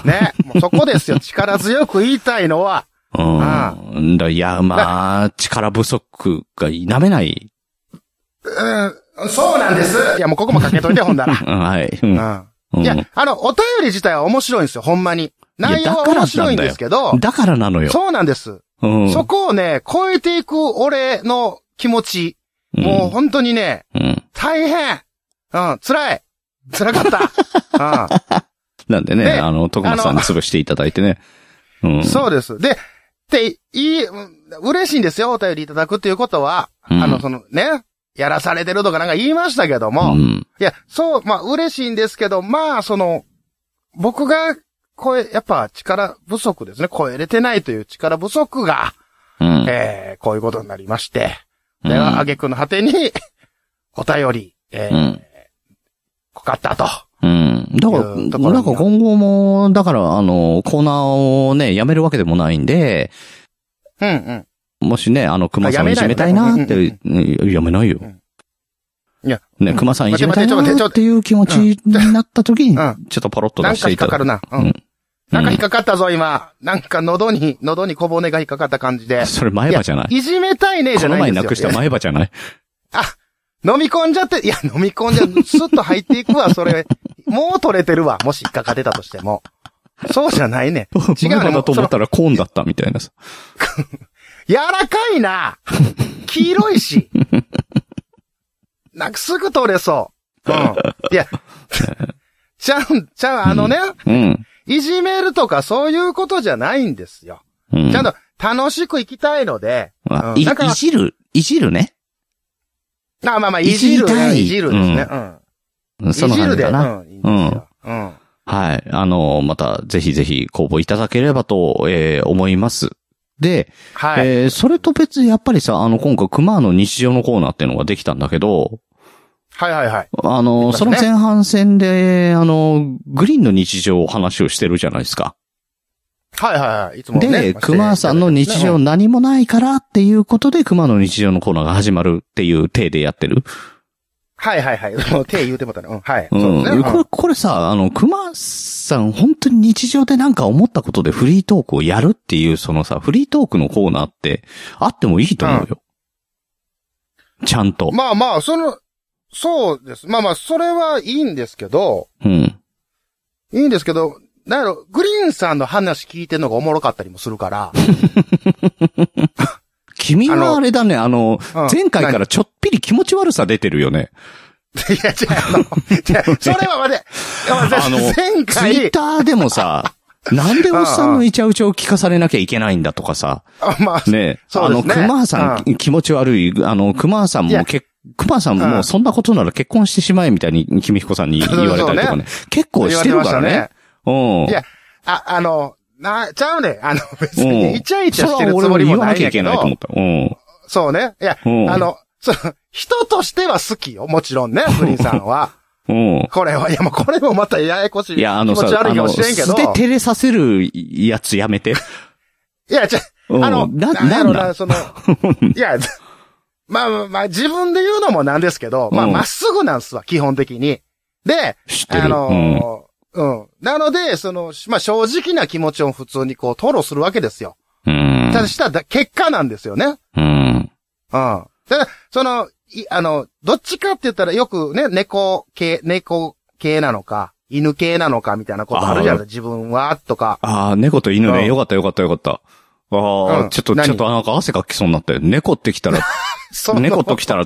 Speaker 2: ね。もうそこですよ。力強く言いたいのは。
Speaker 1: うん。だいや、まあ、力不足が否めない。
Speaker 2: うん、そうなんですいや、もうここもかけといて、ほんなら。
Speaker 1: うんはい。うん
Speaker 2: うん。いや
Speaker 1: うん、
Speaker 2: あの、お便り自体は面白いんですよ、ほんまに。内容は面白いんですけど、
Speaker 1: だからなのよ。
Speaker 2: そうなんです。
Speaker 1: うん。
Speaker 2: そこをね、超えていく俺の気持ち、
Speaker 1: うん
Speaker 2: もう本当にね、
Speaker 1: うん。
Speaker 2: 大変うん、辛い辛かった、
Speaker 1: なんでね、
Speaker 2: で
Speaker 1: あの、徳松さんに潰していただいてね。うん。
Speaker 2: うん、そうです。で、って、いい、うん嬉しいんですよ、お便りいただくっていうことは、
Speaker 1: うん
Speaker 2: あの、そのね、やらされてるとかなんか言いましたけど
Speaker 1: う
Speaker 2: も、
Speaker 1: ん。
Speaker 2: いや、そう、まあ、嬉しいんですけど、まあ、その、僕が、声、やっぱ力不足ですね。超えれてないという力不足が、
Speaker 1: うん。
Speaker 2: えー、こういうことになりまして。
Speaker 1: うん
Speaker 2: では、挙句の果てに、お便り、え
Speaker 1: う
Speaker 2: ー、
Speaker 1: ん。
Speaker 2: 濃かったと。
Speaker 1: うん。だから、
Speaker 2: いうところに
Speaker 1: なんか今後も、だから、あの、コーナーをね、やめるわけでもないんで、
Speaker 2: うんうん。
Speaker 1: もしね、あの、熊さん
Speaker 2: あ
Speaker 1: をい
Speaker 2: やめな
Speaker 1: じ
Speaker 2: い
Speaker 1: めたいなって、
Speaker 2: うん
Speaker 1: うんやめないよ。
Speaker 2: いや、
Speaker 1: ね、
Speaker 2: うん
Speaker 1: 熊さんいじめたいな
Speaker 2: 待って待
Speaker 1: ー
Speaker 2: っ
Speaker 1: ってていう気持ちになった時に、
Speaker 2: うん
Speaker 1: ちょっとパロッと
Speaker 2: なん
Speaker 1: 出し
Speaker 2: か
Speaker 1: て
Speaker 2: 引
Speaker 1: い
Speaker 2: っか
Speaker 1: た
Speaker 2: かる
Speaker 1: だ
Speaker 2: な。う
Speaker 1: うん
Speaker 2: ん。なんか引っ
Speaker 1: う
Speaker 2: かかったぞ、今。なんか喉に、喉に小骨が引っかかった感じで
Speaker 1: ん。。それ前歯じゃない
Speaker 2: いやいじめたいね、
Speaker 1: こ
Speaker 2: じ
Speaker 1: の
Speaker 2: ゃない
Speaker 1: 前
Speaker 2: ん
Speaker 1: な
Speaker 2: ですよ。
Speaker 1: くした前歯じゃない
Speaker 2: あ、飲み込んじゃって、いや、飲み込んじゃう、スッと入っていくわ、そ れ。もう取れてるわ、もし引っかかってたとしても。そうじゃない ね。違う
Speaker 1: 前歯
Speaker 2: ね。も
Speaker 1: だ
Speaker 2: う
Speaker 1: と思
Speaker 2: そ
Speaker 1: っ
Speaker 2: の
Speaker 1: たらコーンだったみたいなさ。
Speaker 2: 柔らかいな黄色いし。なんかすぐ取れそう。うん。いや、ちゃう、ちゃう、あのね、
Speaker 1: うん。
Speaker 2: いじめるとかそういうことじゃないんですよ。
Speaker 1: うん。
Speaker 2: ちゃんと楽しく生きたいので、
Speaker 1: あ
Speaker 2: うん
Speaker 1: い
Speaker 2: だから
Speaker 1: いじる、いじるね。
Speaker 2: あまあまあ、いじる
Speaker 1: いじりた
Speaker 2: ね、
Speaker 1: い
Speaker 2: いじるですね。うん。
Speaker 1: うんそんな感じかな。
Speaker 2: いじるで。うん。いいですようん。
Speaker 1: はい。あの、また、ぜひぜひ、公募いただければと、えー思います。で、
Speaker 2: はい。
Speaker 1: えーそれと別にやっぱりさ、あの、今回、熊の日常のコーナーっていうのができたんだけど、
Speaker 2: はいはいはい。
Speaker 1: あの、
Speaker 2: でき
Speaker 1: そ
Speaker 2: ま
Speaker 1: の
Speaker 2: したね
Speaker 1: 前半戦で、あの、グリーンの日常を話をしてるじゃないですか。
Speaker 2: はいはいはい。いつもね。
Speaker 1: で、熊さんの日
Speaker 2: う
Speaker 1: 常
Speaker 2: ん
Speaker 1: 何もないからっていうことで、熊の日常のコーナーが始まるっていう体でやってる。
Speaker 2: はいはいはい。もう手言うてもたね。うん。はい。
Speaker 1: うん。
Speaker 2: そうですね。
Speaker 1: こ
Speaker 2: う
Speaker 1: れ
Speaker 2: ん、
Speaker 1: これさ、あの、熊さん、本当に日常でなんか思ったことでフリートークをやるっていう、そのさ、フリートークのコーナーって、あってもいいと思うよ。ちゃんと。
Speaker 2: まあまあ、その、そうです。まあまあ、それはいいんですけど、
Speaker 1: うん。
Speaker 2: いいんですけど、なんやろ、グリーンさんの話聞いてんのがおもろかったりもす るから。
Speaker 1: 君
Speaker 2: あ
Speaker 1: は
Speaker 2: の
Speaker 1: あれだね、あの、
Speaker 2: うん
Speaker 1: 前回からちょっぴり気持ち悪さ出てるよね。
Speaker 2: いや、違う、あの違う、それはまで、いやまあ
Speaker 1: あの
Speaker 2: 前
Speaker 1: ツイッ
Speaker 2: 回、
Speaker 1: ターでも さ、なんでおっさんのイチャウチャを聞かされなきゃいけないんだとかさ、
Speaker 2: あまあ、
Speaker 1: ね
Speaker 2: そ
Speaker 1: あ
Speaker 2: うで
Speaker 1: の、
Speaker 2: すね
Speaker 1: 熊さん気持ち悪い、あの、熊さん
Speaker 2: いや
Speaker 1: もけ、熊さん
Speaker 2: う
Speaker 1: も
Speaker 2: ん
Speaker 1: そんなことなら結婚してしまえみたいに、君彦さんに言われたりとかね。結構してるからね。うん。
Speaker 2: いや、あ、あの、な、ちゃうね。あの、別
Speaker 1: うん
Speaker 2: に、イチャイチャしてる
Speaker 1: それ
Speaker 2: つ
Speaker 1: は
Speaker 2: も
Speaker 1: 俺
Speaker 2: り
Speaker 1: も言わ
Speaker 2: もな
Speaker 1: ない
Speaker 2: ん
Speaker 1: きゃ
Speaker 2: や
Speaker 1: いけ
Speaker 2: け
Speaker 1: ないと思
Speaker 2: ど
Speaker 1: っ、た。うん。
Speaker 2: そうね。いや、
Speaker 1: うん
Speaker 2: あの、その、人としては好きよ。もち ろんね、グリーンさんは。
Speaker 1: うん。
Speaker 2: これは、いや、もうこれもまたややこしい。
Speaker 1: いや、あの
Speaker 2: 気持ち
Speaker 1: さ、
Speaker 2: 悪
Speaker 1: あ
Speaker 2: いか
Speaker 1: の、
Speaker 2: もしれんけど
Speaker 1: 素。で照れさせるやつやめて。
Speaker 2: いや、じゃ、
Speaker 1: うん
Speaker 2: あの、
Speaker 1: な
Speaker 2: なんやろ
Speaker 1: なんだ
Speaker 2: な、 その、いや、まあまあまあ、自分で言うのもなんですけど、まあ、
Speaker 1: うん
Speaker 2: まっすぐなんすわ、基本的に。で、
Speaker 1: 知ってる。
Speaker 2: あのー、うん、なので、その、まあ、正直な気持ちを普通にこう、吐露するわけですよ。
Speaker 1: うん。
Speaker 2: ただしただ結果なんですよね。うん。
Speaker 1: うん。
Speaker 2: ただ、その、い、あの、どっちかって言ったらよくね、猫系、猫系なのか、犬系なのかみたいなことあるじゃない自分は、とか。
Speaker 1: ああ、猫と犬
Speaker 2: うん
Speaker 1: ね。よかったよかったよかった。あ
Speaker 2: う
Speaker 1: あ、
Speaker 2: ん
Speaker 1: ちょっと、
Speaker 2: 何
Speaker 1: ちょっとなんか汗かきそうになったよ。猫ってきたら、
Speaker 2: その
Speaker 1: 猫ときたら、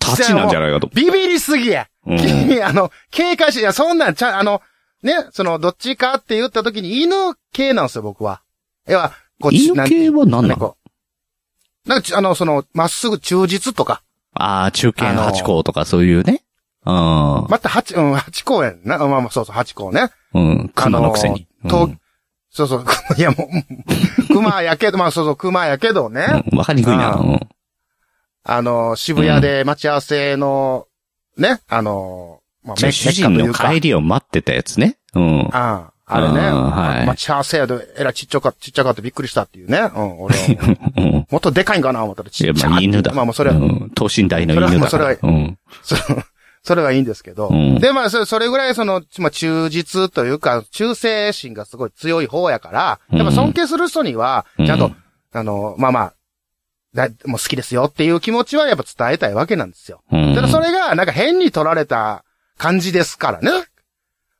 Speaker 1: 立ちなんじゃないかと。
Speaker 2: ビビりすぎや。
Speaker 1: うん
Speaker 2: 君、あの、警戒し、いや、そんなんちゃう、あの、ね、その、どっちかって言った時に犬系なんですよ、僕は。要は、こっち
Speaker 1: 犬系は何なの
Speaker 2: んかこうなんかち、あの、その、まっすぐ忠実とか。
Speaker 1: ああ、中堅
Speaker 2: あの
Speaker 1: 八高とかそういうね。うん。
Speaker 2: また八、うん、八公園な。まあまあ、そうそう、八公ね。
Speaker 1: うん。熊のくせに。
Speaker 2: あの
Speaker 1: う
Speaker 2: と
Speaker 1: ん
Speaker 2: そうそう、 いや、もう、熊やけど、まあそうそう、熊やけどね。
Speaker 1: うんわかりにくいな。
Speaker 2: う
Speaker 1: うん
Speaker 2: あの、渋谷で待ち合わせの、ね、あの、まあ、
Speaker 1: じゃあ主人の帰りを待ってたやつね。うん。
Speaker 2: ああ、あれね。
Speaker 1: うんはい
Speaker 2: 待ち合わせやで、えらいちっちゃか、ちっちゃかってびっくりしたっていうね。う ん、俺は。
Speaker 1: うん。
Speaker 2: もっとでかいんかな思ったらち
Speaker 1: いや
Speaker 2: っちゃ
Speaker 1: まあ犬だ。
Speaker 2: まあもうそれは、
Speaker 1: うん等身大の犬だか
Speaker 2: それは
Speaker 1: ら。うん。
Speaker 2: そそれはいいんですけど。
Speaker 1: うん
Speaker 2: で、まあそれ、それぐらいその、まあ忠実というか、忠誠心がすごい強い方やから、やっぱ尊敬する人には、
Speaker 1: うん
Speaker 2: ちゃんと、
Speaker 1: うん
Speaker 2: あの、まあまあ、だもう好きですよっていう気持ちはやっぱ伝えたいわけなんですよ。
Speaker 1: うん
Speaker 2: ただそれが、なんか変に取られた感じですからね。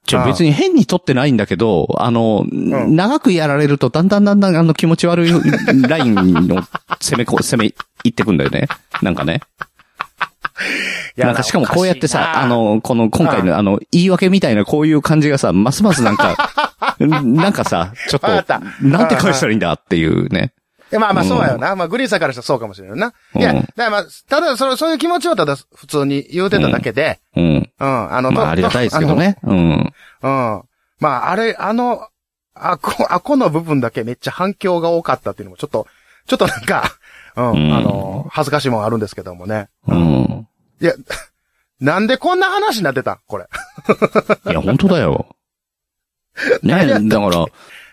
Speaker 1: ちょ、
Speaker 2: ああ
Speaker 1: 別に変に取ってないんだけど、あの、
Speaker 2: ん
Speaker 1: 長くやられると、だんだんだんだん、あの、気持ち悪いラインの攻めこ、攻め、いってくんだよね。なんかね。
Speaker 2: いや
Speaker 1: なんかしかもこうやってさ、あ、の、この今回
Speaker 2: う
Speaker 1: のあの、言い訳みたいなこういう感じがさ、ますますなん か、なんかさ、ちょっと
Speaker 2: わかった、
Speaker 1: なんて返したらいいんだっていうね。
Speaker 2: いやまあまあそうやよな。まあグリーンさんからしたらそうかもしれないな。いや、
Speaker 1: うん
Speaker 2: だからまあ、ただその、そういう気持ちをただ普通に言うてただけで、
Speaker 1: うん。
Speaker 2: うん、あの、
Speaker 1: まあ
Speaker 2: と
Speaker 1: ありがたいですけど。ね。うん。
Speaker 2: あのうん。まああれ、あの、あこ、あこの部分だけめっちゃ反響が多かったっていうのもちょっと、ちょっとなんか、うん、
Speaker 1: うん
Speaker 2: あの、恥ずかしいもんあるんですけどもね。
Speaker 1: うん。
Speaker 2: いや、なんでこんな話になってたんこれ。
Speaker 1: いや、本当だよ。ね
Speaker 2: やったっけ
Speaker 1: だか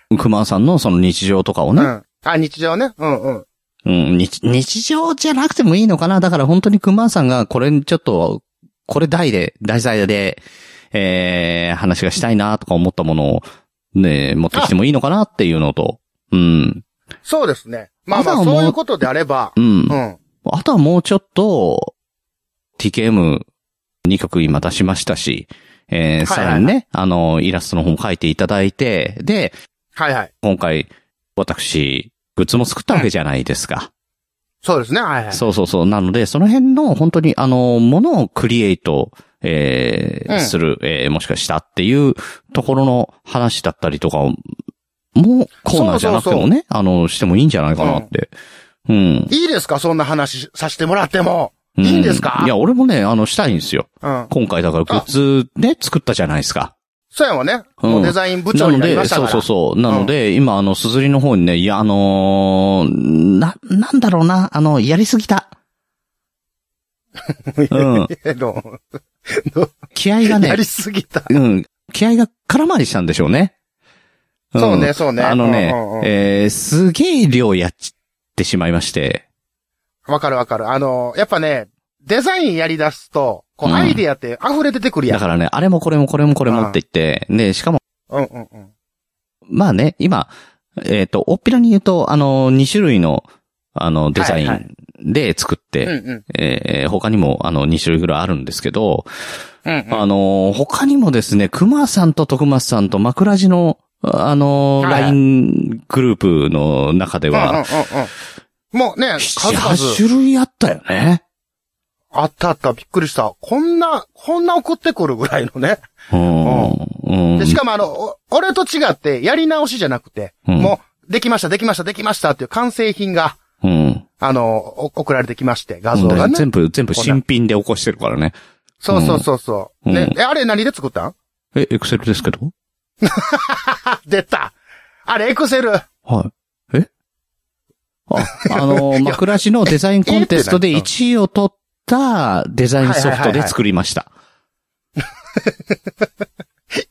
Speaker 1: ら、熊さんのその日常とかを
Speaker 2: う
Speaker 1: ね、
Speaker 2: ん。あ、日常ね。うんうん。
Speaker 1: うん、日、日常じゃなくてもいいのかなだから本当に熊さんがこれにちょっと、これ題で、題材で、えー、話がしたいなとか思ったものを、ね、持ってきてもいいのかなっていうのと、うん、
Speaker 2: そうですね。まあま
Speaker 1: あ
Speaker 2: あ、
Speaker 1: とはもう
Speaker 2: そういうことであれば、
Speaker 1: うん
Speaker 2: う。ん。
Speaker 1: あとはもうちょっと、TKM2 曲今出しましたし、えー、
Speaker 2: はいは
Speaker 1: さ
Speaker 2: い
Speaker 1: らにね、あの、イラストの方も書いていただいて、で、
Speaker 2: はいはい。
Speaker 1: 今回、私、グッズも作ったわけじゃないですか。
Speaker 2: そうですね。はいはい。
Speaker 1: そうそうそう。なので、その辺の本当に、あの、ものをクリエイト、えー
Speaker 2: うん
Speaker 1: する、えーもしかしたっていうところの話だったりとかを、もうコーナーじゃなくてもね、あの、してもいいんじゃないかなって。うん。
Speaker 2: いいですかそんな話させてもらっても。
Speaker 1: う
Speaker 2: いいんですか
Speaker 1: いや、俺もね、あの、したいんですよ。
Speaker 2: うん。
Speaker 1: 今回だからグッズね、作ったじゃないですか。
Speaker 2: そうやもんね。
Speaker 1: うん
Speaker 2: もうデザイン部
Speaker 1: な
Speaker 2: 長に
Speaker 1: の
Speaker 2: なりま
Speaker 1: で、
Speaker 2: したか
Speaker 1: そ
Speaker 2: ら。
Speaker 1: うそうそう。なので、今、あの、すずりの方にね、いや、あのーな、なんだろうな、あの、やりすぎ た。うん。
Speaker 2: けど、
Speaker 1: 気合が
Speaker 2: や
Speaker 1: ね
Speaker 2: り、すぎた。
Speaker 1: うん。気合が空回りしたんでしょうね。ん
Speaker 2: そうね、そうね。
Speaker 1: あのね
Speaker 2: うんうんう、ん
Speaker 1: えーすげえ量やってしまいまして。
Speaker 2: わかるわかる。あの、やっぱね、デザインやり出すと、こう、
Speaker 1: うん
Speaker 2: アイディアって溢れ出てくるや
Speaker 1: だ
Speaker 2: ん。
Speaker 1: からね、あれもこれもこれもこれもって言って、ね、しかも、
Speaker 2: うんうんうん。
Speaker 1: まあね、今、えっ、と、おっぴらに言うと、あの、2種類の、あの、デザイ
Speaker 2: はいは
Speaker 1: ンで作って、
Speaker 2: うんうん。
Speaker 1: えー他にも、あの、2種類ぐらいあるんですけど、
Speaker 2: うんうん。
Speaker 1: あのー他にもですね、熊さんと徳松さんと枕地の、あのー
Speaker 2: はい
Speaker 1: LINE グループの中で
Speaker 2: うんうんうんう
Speaker 1: は、
Speaker 2: ん。もうね、数
Speaker 1: 7、
Speaker 2: 々。
Speaker 1: 8種類あったよね。
Speaker 2: あったあった、びっくりした。こんな、こんな送ってくるぐらいのね。
Speaker 1: うん。うん。
Speaker 2: でしかもあの、お俺と違って、やり直しじゃなくて、
Speaker 1: うん
Speaker 2: もう、できました、できました、できましたっていう完成品が、
Speaker 1: うん。
Speaker 2: あの、お送られてきまして、画
Speaker 1: う
Speaker 2: 像
Speaker 1: んだか
Speaker 2: が
Speaker 1: ら
Speaker 2: ね。
Speaker 1: 全部、全部新品で起こしてるからね。
Speaker 2: そうそうそうそう。
Speaker 1: うん
Speaker 2: ね、え、あれ何で作ったん
Speaker 1: え、エクセルですけど
Speaker 2: あ、出たあれ、エクセル。
Speaker 1: はい。え あ、あのー、枕地のデザインコンテストで1位を取ったデザインソフトで作りました。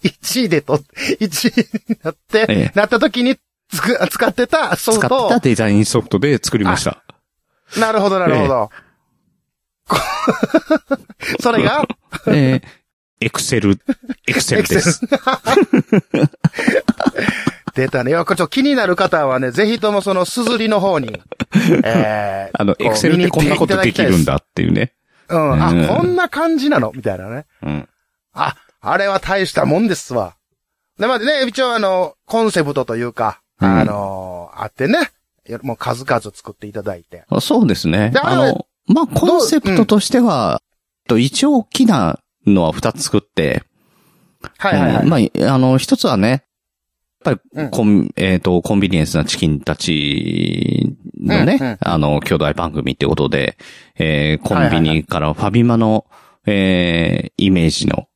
Speaker 2: 1位でと、1位になって、
Speaker 1: ええ
Speaker 2: なった時につく、使ってたソ
Speaker 1: 使っ
Speaker 2: フト
Speaker 1: たデザインソフトで作りました。
Speaker 2: なるほど、なるほど。こ それが、
Speaker 1: えエクセル、エクセルです。
Speaker 2: 出たね。いやこれちょっと気になる方はね、ぜひともその、すずりの方 に、えー、
Speaker 1: あの、
Speaker 2: こう
Speaker 1: エクセルってこんなことできるん。だっていうね。
Speaker 2: 見に行っていただきたいですうん。
Speaker 1: うん
Speaker 2: あ、こんな感じなのみたいなね。
Speaker 1: うん。
Speaker 2: あ、あれは大したもんですわ。で、まあね、一応あの、コンセプトというか、
Speaker 1: うん
Speaker 2: あのあってね、もう数々作っていただいて。
Speaker 1: あそうですね。
Speaker 2: で
Speaker 1: あ
Speaker 2: あ
Speaker 1: の、まあ、コンセプトとしては、と一応大きなのは二つ作って、
Speaker 2: はいはいはい。
Speaker 1: うんまあ、あの、一つはね、やっぱ
Speaker 2: う
Speaker 1: り
Speaker 2: ん
Speaker 1: コン、えっ、と、コンビニエンスなチキンたちのね、
Speaker 2: うんうん
Speaker 1: あの、兄弟番組ってことで、えーコンビ
Speaker 2: はいはいは
Speaker 1: ニからファミマの、えーイメージの、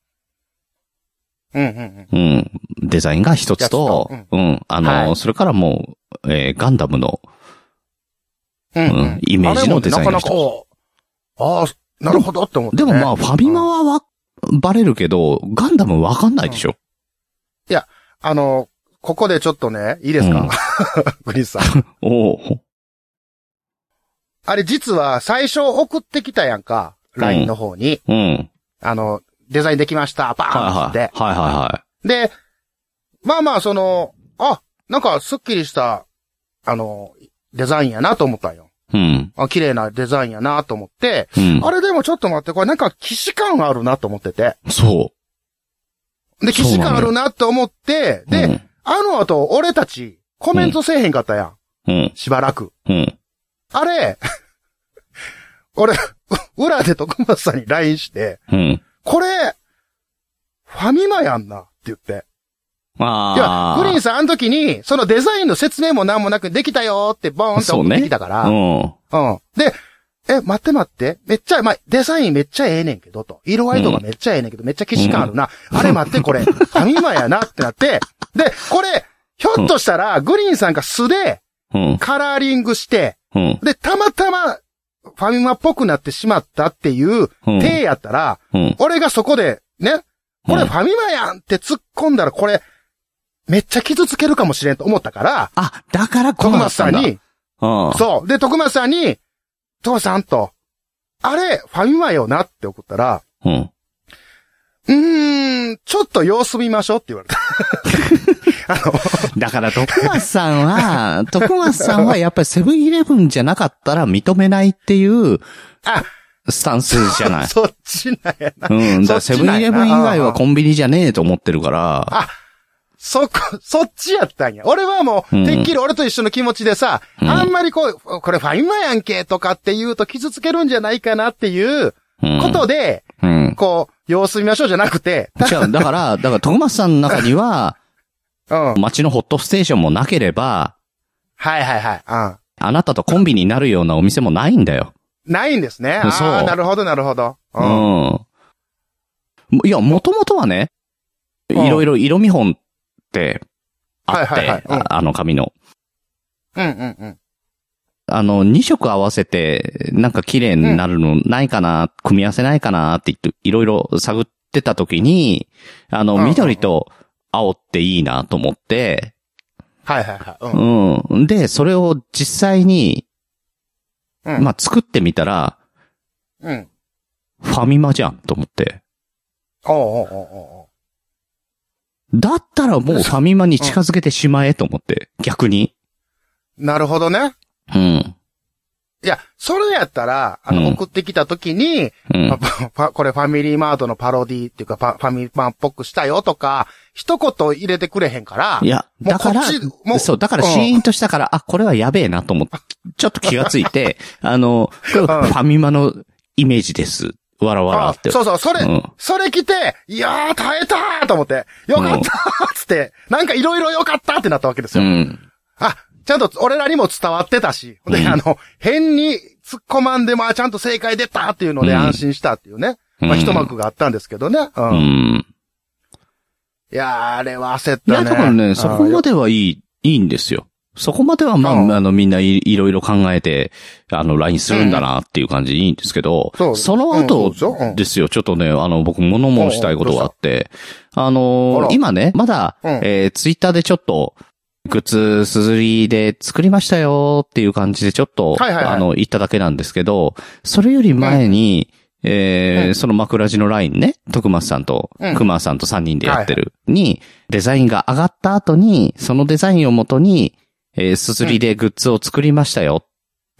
Speaker 2: うんうんうん。
Speaker 1: うん、デザインが一つと、
Speaker 2: やつ
Speaker 1: うん、あの、
Speaker 2: はい
Speaker 1: それからもう、えーガンダムの、
Speaker 2: うん
Speaker 1: うんイメージのデザイン
Speaker 2: あれも
Speaker 1: の
Speaker 2: なかな
Speaker 1: 人
Speaker 2: か、おああ、なるほどって思って、ね。
Speaker 1: でもまあ、ファミマはわ、バレるけど、ガンダムわかんないでしょ。
Speaker 2: あの、ここでちょっとね、いいですか、 グリーンさん。
Speaker 1: おお
Speaker 2: あれ実は最初送ってきたやんか、
Speaker 1: ん
Speaker 2: LINE の方に。
Speaker 1: うん。
Speaker 2: あの、デザインできました、バーン
Speaker 1: は
Speaker 2: っ
Speaker 1: いはい。はい
Speaker 2: て。
Speaker 1: はいは
Speaker 2: で、まあまあ、その、あ、なんかスッキリした、あの、デザインやなと思ったんよ。
Speaker 1: い。うん。
Speaker 2: あ綺麗なデザインやなと思って、
Speaker 1: うん。
Speaker 2: あれでもちょっと待って、これなんか騎士感あるなと思ってて。
Speaker 1: そ
Speaker 2: で、騎士感あるなと思って、
Speaker 1: う。
Speaker 2: で、
Speaker 1: うん、
Speaker 2: あの後、俺たち、コメントせえへんかったやん。
Speaker 1: うん。
Speaker 2: しばらく。
Speaker 1: うん。
Speaker 2: あれ、 俺、 裏で徳松さんに LINE して、
Speaker 1: うん。
Speaker 2: これ、ファミマやんな、って言って。いや
Speaker 1: あ、あ。
Speaker 2: グリーンさん、あの時に、そのデザインの説明も何もなくできたよって、ボーンって送ってきたから。
Speaker 1: うん。
Speaker 2: うん。で、え、待って待って。めっちゃ、まあ、デザインめっちゃええねんけど、と。色合いとかめっちゃええねんけど、めっちゃ騎士感あるな。あれ待って、これ。ファミマやなってなって。で、これ、ひょっとしたら、グリーンさんが素で
Speaker 1: うん。
Speaker 2: カラーリングして、
Speaker 1: うん。
Speaker 2: で、たまたま、ファミマっぽくなってしまったっていう、
Speaker 1: うん。
Speaker 2: 手やったら、
Speaker 1: うん。
Speaker 2: 俺がそこで、ね、これ
Speaker 1: うん
Speaker 2: ファミマやんって突っ込んだら、これ、めっちゃ傷つけるかもしれんと思ったから、
Speaker 1: あ、だからこ
Speaker 2: 徳
Speaker 1: うなっ
Speaker 2: 松
Speaker 1: たん
Speaker 2: さん
Speaker 1: だ。
Speaker 2: に、
Speaker 1: うん。
Speaker 2: そう。で、徳松さんに、父さんと、あれ、ファミマよなって送ったら、
Speaker 1: う。うん。
Speaker 2: うーん、ちょっと様子見ましょうって言われた。あの、
Speaker 1: だから、徳松さんは、徳松さんはやっぱりセブンイレブンじゃなかったら認めないっていう
Speaker 2: あ、
Speaker 1: スタンスじゃない。
Speaker 2: そっちなんやな。
Speaker 1: うん。だから
Speaker 2: そ
Speaker 1: セ
Speaker 2: っち
Speaker 1: ブ
Speaker 2: な
Speaker 1: ン
Speaker 2: ん
Speaker 1: イ
Speaker 2: や
Speaker 1: レブ
Speaker 2: な
Speaker 1: ン以外はコンビニじゃねえと思ってるから。
Speaker 2: そこ、そっちやったんや。俺はもう、
Speaker 1: うん
Speaker 2: てっきり俺と一緒の気持ちでさ、
Speaker 1: うん
Speaker 2: あんまりこう、これファイマやんけとかって言うと傷つけるんじゃないかなっていう
Speaker 1: うん
Speaker 2: ことで、
Speaker 1: うん。
Speaker 2: こう、様子見ましょうじゃなくて、
Speaker 1: 違う、だから、だから、徳松さんの中には、
Speaker 2: うん。はい
Speaker 1: 街のホットステーションもなければ、
Speaker 2: はいはい。うん。
Speaker 1: あなたとコンビになるようなお店もないんだよ。
Speaker 2: ないんですね。
Speaker 1: そう
Speaker 2: ああ、なるほど、なるほど。
Speaker 1: う
Speaker 2: う。
Speaker 1: んん。いや、もともとはね、い
Speaker 2: うん
Speaker 1: ろいろ色見本ってあって、
Speaker 2: はいはいはいうん
Speaker 1: ああの紙の。
Speaker 2: うん、うん、うん。
Speaker 1: あの、2色合わせて、なんか綺麗になるのないかな、組み合わせないかなって言って、いろいろ探ってた時に、あ
Speaker 2: うん
Speaker 1: の、
Speaker 2: うんうん
Speaker 1: 緑と青っていいなと思って、
Speaker 2: はいはいはい。うん。
Speaker 1: うん。で、それを実際に、
Speaker 2: うん
Speaker 1: まあ、作ってみたら、
Speaker 2: うん。
Speaker 1: ファミマじゃんと思って。
Speaker 2: おうおうおうおうおう
Speaker 1: だったらもうファミマに近づけてしまえと思って、逆に。
Speaker 2: なるほどね。
Speaker 1: うん。
Speaker 2: いや、それやったら、あ
Speaker 1: うん
Speaker 2: の、送ってきたときに、
Speaker 1: うん。
Speaker 2: パパパこれファミリーマートのパロディっていうか、パファミマっぽくしたよとか、一言入れてくれへんから、
Speaker 1: いや、
Speaker 2: もう
Speaker 1: だから
Speaker 2: こっちも、う
Speaker 1: そう、だから
Speaker 2: うん
Speaker 1: シーンとしたから、あ、これはやべえなと思って、ちょっと気がつい て、あの、これファミマのイメージです。わらわら
Speaker 2: あ
Speaker 1: って。
Speaker 2: そうそう、それ、
Speaker 1: うん
Speaker 2: それ来て、いやー耐えたーと思って、よかったーつって、なんかいろいろよかったってなったわけです
Speaker 1: う
Speaker 2: よ。
Speaker 1: ん。
Speaker 2: あ、ちゃんと俺らにも伝わってたし、で、
Speaker 1: うん
Speaker 2: あの、変に突っ込まんでも、あちゃんと正解出たっていうので
Speaker 1: うん
Speaker 2: 安心したっていうね。まあ、
Speaker 1: うん
Speaker 2: 一幕があったんですけどね。うん。
Speaker 1: う
Speaker 2: い
Speaker 1: ん。
Speaker 2: やー、あれは焦っ
Speaker 1: い
Speaker 2: た
Speaker 1: や、
Speaker 2: ね。
Speaker 1: 多分ね、そこま
Speaker 2: で。
Speaker 1: ではいい、いいんですよ。そこまでは、ま
Speaker 2: うん
Speaker 1: あ、あの、みんないいろいろ考えて、あの、LINE するんだなっていう感じでいいんですけど、
Speaker 2: そう
Speaker 1: その
Speaker 2: う
Speaker 1: 後
Speaker 2: んそうですようん
Speaker 1: ですよ、ちょっとね、あの、僕、物申したいことがあって、あの
Speaker 2: あら
Speaker 1: ー、今ね、まだ、
Speaker 2: うん
Speaker 1: えー、ツイッターでちょっと、グッズ、すずりで作りましたよっていう感じでちょっと、
Speaker 2: はいはいはい
Speaker 1: あの、言っただけなんですけど、それより前に、えー
Speaker 2: うん
Speaker 1: その枕地のラインね、徳松さんと
Speaker 2: うん、
Speaker 1: 熊さんと3人でやってる、に、デザインが上がった後に、そのデザインをもとに、えー、すずりでグッズを作りましたよっ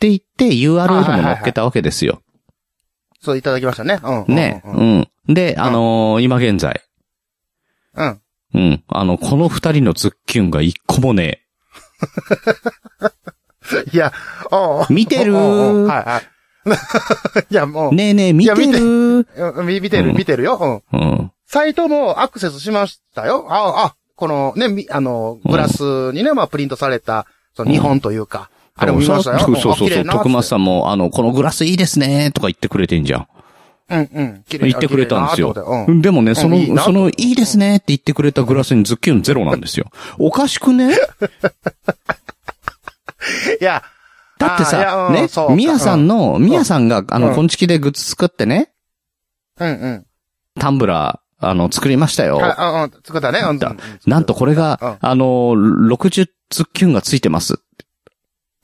Speaker 1: て言って、URL も載っけたわけですよ。
Speaker 2: そう、いただきましたね。うん。
Speaker 1: ね。
Speaker 2: うん。
Speaker 1: うん。で、あのー今現在、
Speaker 2: うん。
Speaker 1: うん。あの、この二人のズッキュンが一個もねえ。
Speaker 2: いや、おうおう
Speaker 1: 見てるー
Speaker 2: おうおうはいはい。 いや、もう、
Speaker 1: ねえねえ、見てる
Speaker 2: いや見て
Speaker 1: うん。
Speaker 2: うんみ見てる、
Speaker 1: うん
Speaker 2: 見てるよ。うん。サイトもアクセスしましたよ。あ、あ、このね、みあの、グラスにね、まあ、プリントされた、その日本というか、あれも見ましたよ。
Speaker 1: そうそうそ
Speaker 2: ん
Speaker 1: う
Speaker 2: あ綺
Speaker 1: そ
Speaker 2: 麗
Speaker 1: う。
Speaker 2: なっつって
Speaker 1: 徳松さんも、あの、このグラスいいですねとか言ってくれてんじゃん。
Speaker 2: うんうん。綺麗
Speaker 1: 言ってくれたんですよ
Speaker 2: 綺麗なってことでうん。
Speaker 1: でもね、その、
Speaker 2: いいな
Speaker 1: その、いいですねって言ってくれたグラスにズッキュンゼロなん ですよ。おかしくね
Speaker 2: いや、
Speaker 1: だって
Speaker 2: あーいや
Speaker 1: さ、
Speaker 2: うん
Speaker 1: ね
Speaker 2: そうか、
Speaker 1: みやさんの、みやさんが、あ
Speaker 2: う
Speaker 1: の、
Speaker 2: ん
Speaker 1: こんちきでグッズ作ってね、
Speaker 2: うんうん。
Speaker 1: タンブラー、あの、作りましたよ。
Speaker 2: あ、あうん、作ったね。うん
Speaker 1: だなんとこれが、あの、60ズッキュンがついてます。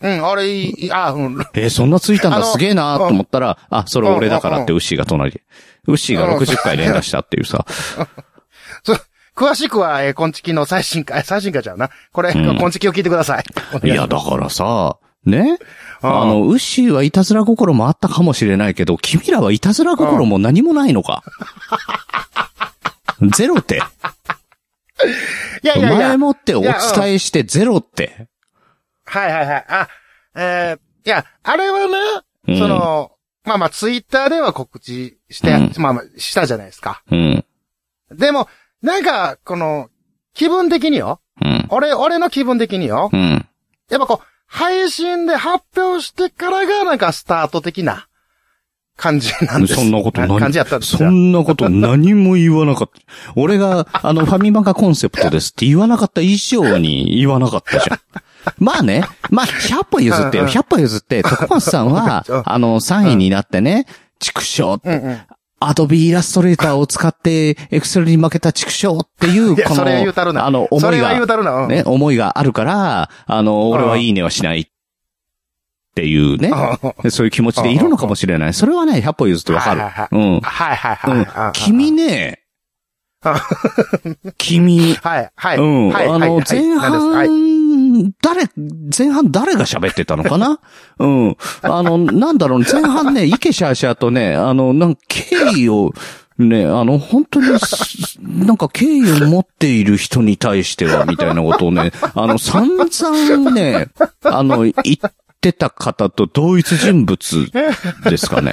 Speaker 2: うん、あれ、いいあ、うん。
Speaker 1: えーそんなついたん
Speaker 2: あ
Speaker 1: だ、
Speaker 2: の
Speaker 1: すげえなーと思ったら、あ、それ俺だから
Speaker 2: う
Speaker 1: っ
Speaker 2: んう
Speaker 1: て、ウッシーが隣で。ウッシーが60回連打したっていうさ。
Speaker 2: 詳しくは、えー、コンチキの最新回、 最新回ちゃうな。これ、
Speaker 1: うん
Speaker 2: コンチキを聞いてくださ い。お
Speaker 1: い
Speaker 2: 願
Speaker 1: や、だからさ、ね
Speaker 2: うん
Speaker 1: あの、ウッシーはいたずら心もあったかもしれないけど、君らはいたずら心も何もないの か。ゼロって。
Speaker 2: いやいやい
Speaker 1: 前
Speaker 2: や。
Speaker 1: もってお伝えしてゼロって。
Speaker 2: はいはいはい。あ、えー、いや、あれは
Speaker 1: う
Speaker 2: ね、
Speaker 1: ん
Speaker 2: その、まあまあ、ツイッターでは告知して、
Speaker 1: うん
Speaker 2: まあまあ、したじゃないですか。
Speaker 1: うん。
Speaker 2: でも、なんか、この、気分的によ。
Speaker 1: うん。
Speaker 2: 俺、俺の気分的によ。
Speaker 1: うん。
Speaker 2: やっぱこう、配信で発表してからがなんかスタート的な感じなんです。
Speaker 1: そんなこと何
Speaker 2: 感じやったんです
Speaker 1: そ
Speaker 2: よ。
Speaker 1: んなこと何も言わなかった。俺が、あの、ファミマがコンセプトですって言わなかった以上に言わなかった じゃん。まあね、まあ、100歩譲ってよ。
Speaker 2: うんうん
Speaker 1: 100歩譲って、徳松さん は
Speaker 2: うん、
Speaker 1: あの、3位になってね、畜生って
Speaker 2: うんうん。
Speaker 1: アドビイラストレーターを使って、エクセルに負けた畜生っていう、
Speaker 2: いや
Speaker 1: この、
Speaker 2: それは言うたるな
Speaker 1: あの、思
Speaker 2: そ
Speaker 1: い
Speaker 2: れは言う
Speaker 1: が、
Speaker 2: たるな。うん
Speaker 1: ね、思いがあるから、あの、俺はいいねはしないっていうね、
Speaker 2: は
Speaker 1: そういう気持ちでいるのかもしれない。それはね、100歩譲ってわか
Speaker 2: はいはい
Speaker 1: る。うん。
Speaker 2: いはいは
Speaker 1: うん
Speaker 2: いあ。
Speaker 1: 君ね
Speaker 2: あ、
Speaker 1: 君、
Speaker 2: はいはい。
Speaker 1: うん。
Speaker 2: はい
Speaker 1: あ
Speaker 2: はいは
Speaker 1: の前
Speaker 2: い、何ですはい
Speaker 1: 半、誰、前半誰が喋ってたのかなうん。あの、なんだろう、前半ね、イケシャーシャーとね、あの、なんか敬意を、ね、あの、本当にす、なんか敬意を持っている人に対しては、みたいなことをね、あの、散々ね、あの、言ってた方と同一人物ですかね。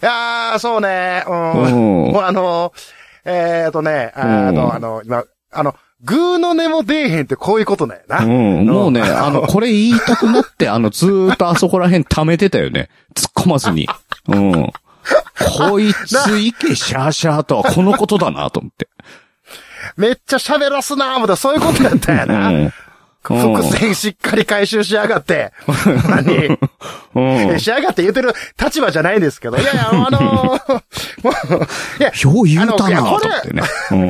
Speaker 2: いやー、そうね。うん。
Speaker 1: う ん
Speaker 2: もうあの、えーとね、あーあ
Speaker 1: うん
Speaker 2: の、あの、今、あの、グーの根も出えへんってこういうことなんや な。
Speaker 1: うん。もうね、あ の、これ言いたくなって、あの、ずーっとあそこら辺溜めてたよね。突っ込まずに。うん。こいつ、いけシャーシャーとはこのことだなと思って。
Speaker 2: めっちゃ喋らすなー思ったらそういうことやったんや
Speaker 1: う
Speaker 2: な。
Speaker 1: ん。
Speaker 2: 伏線しっかり回収しやがって。何
Speaker 1: うん。
Speaker 2: しやがって言ってる立場じゃないんですけど。いやいや、あ のーもう、いや、
Speaker 1: よう言うた
Speaker 2: あのいや
Speaker 1: なと
Speaker 2: これ
Speaker 1: 思ってね。うん。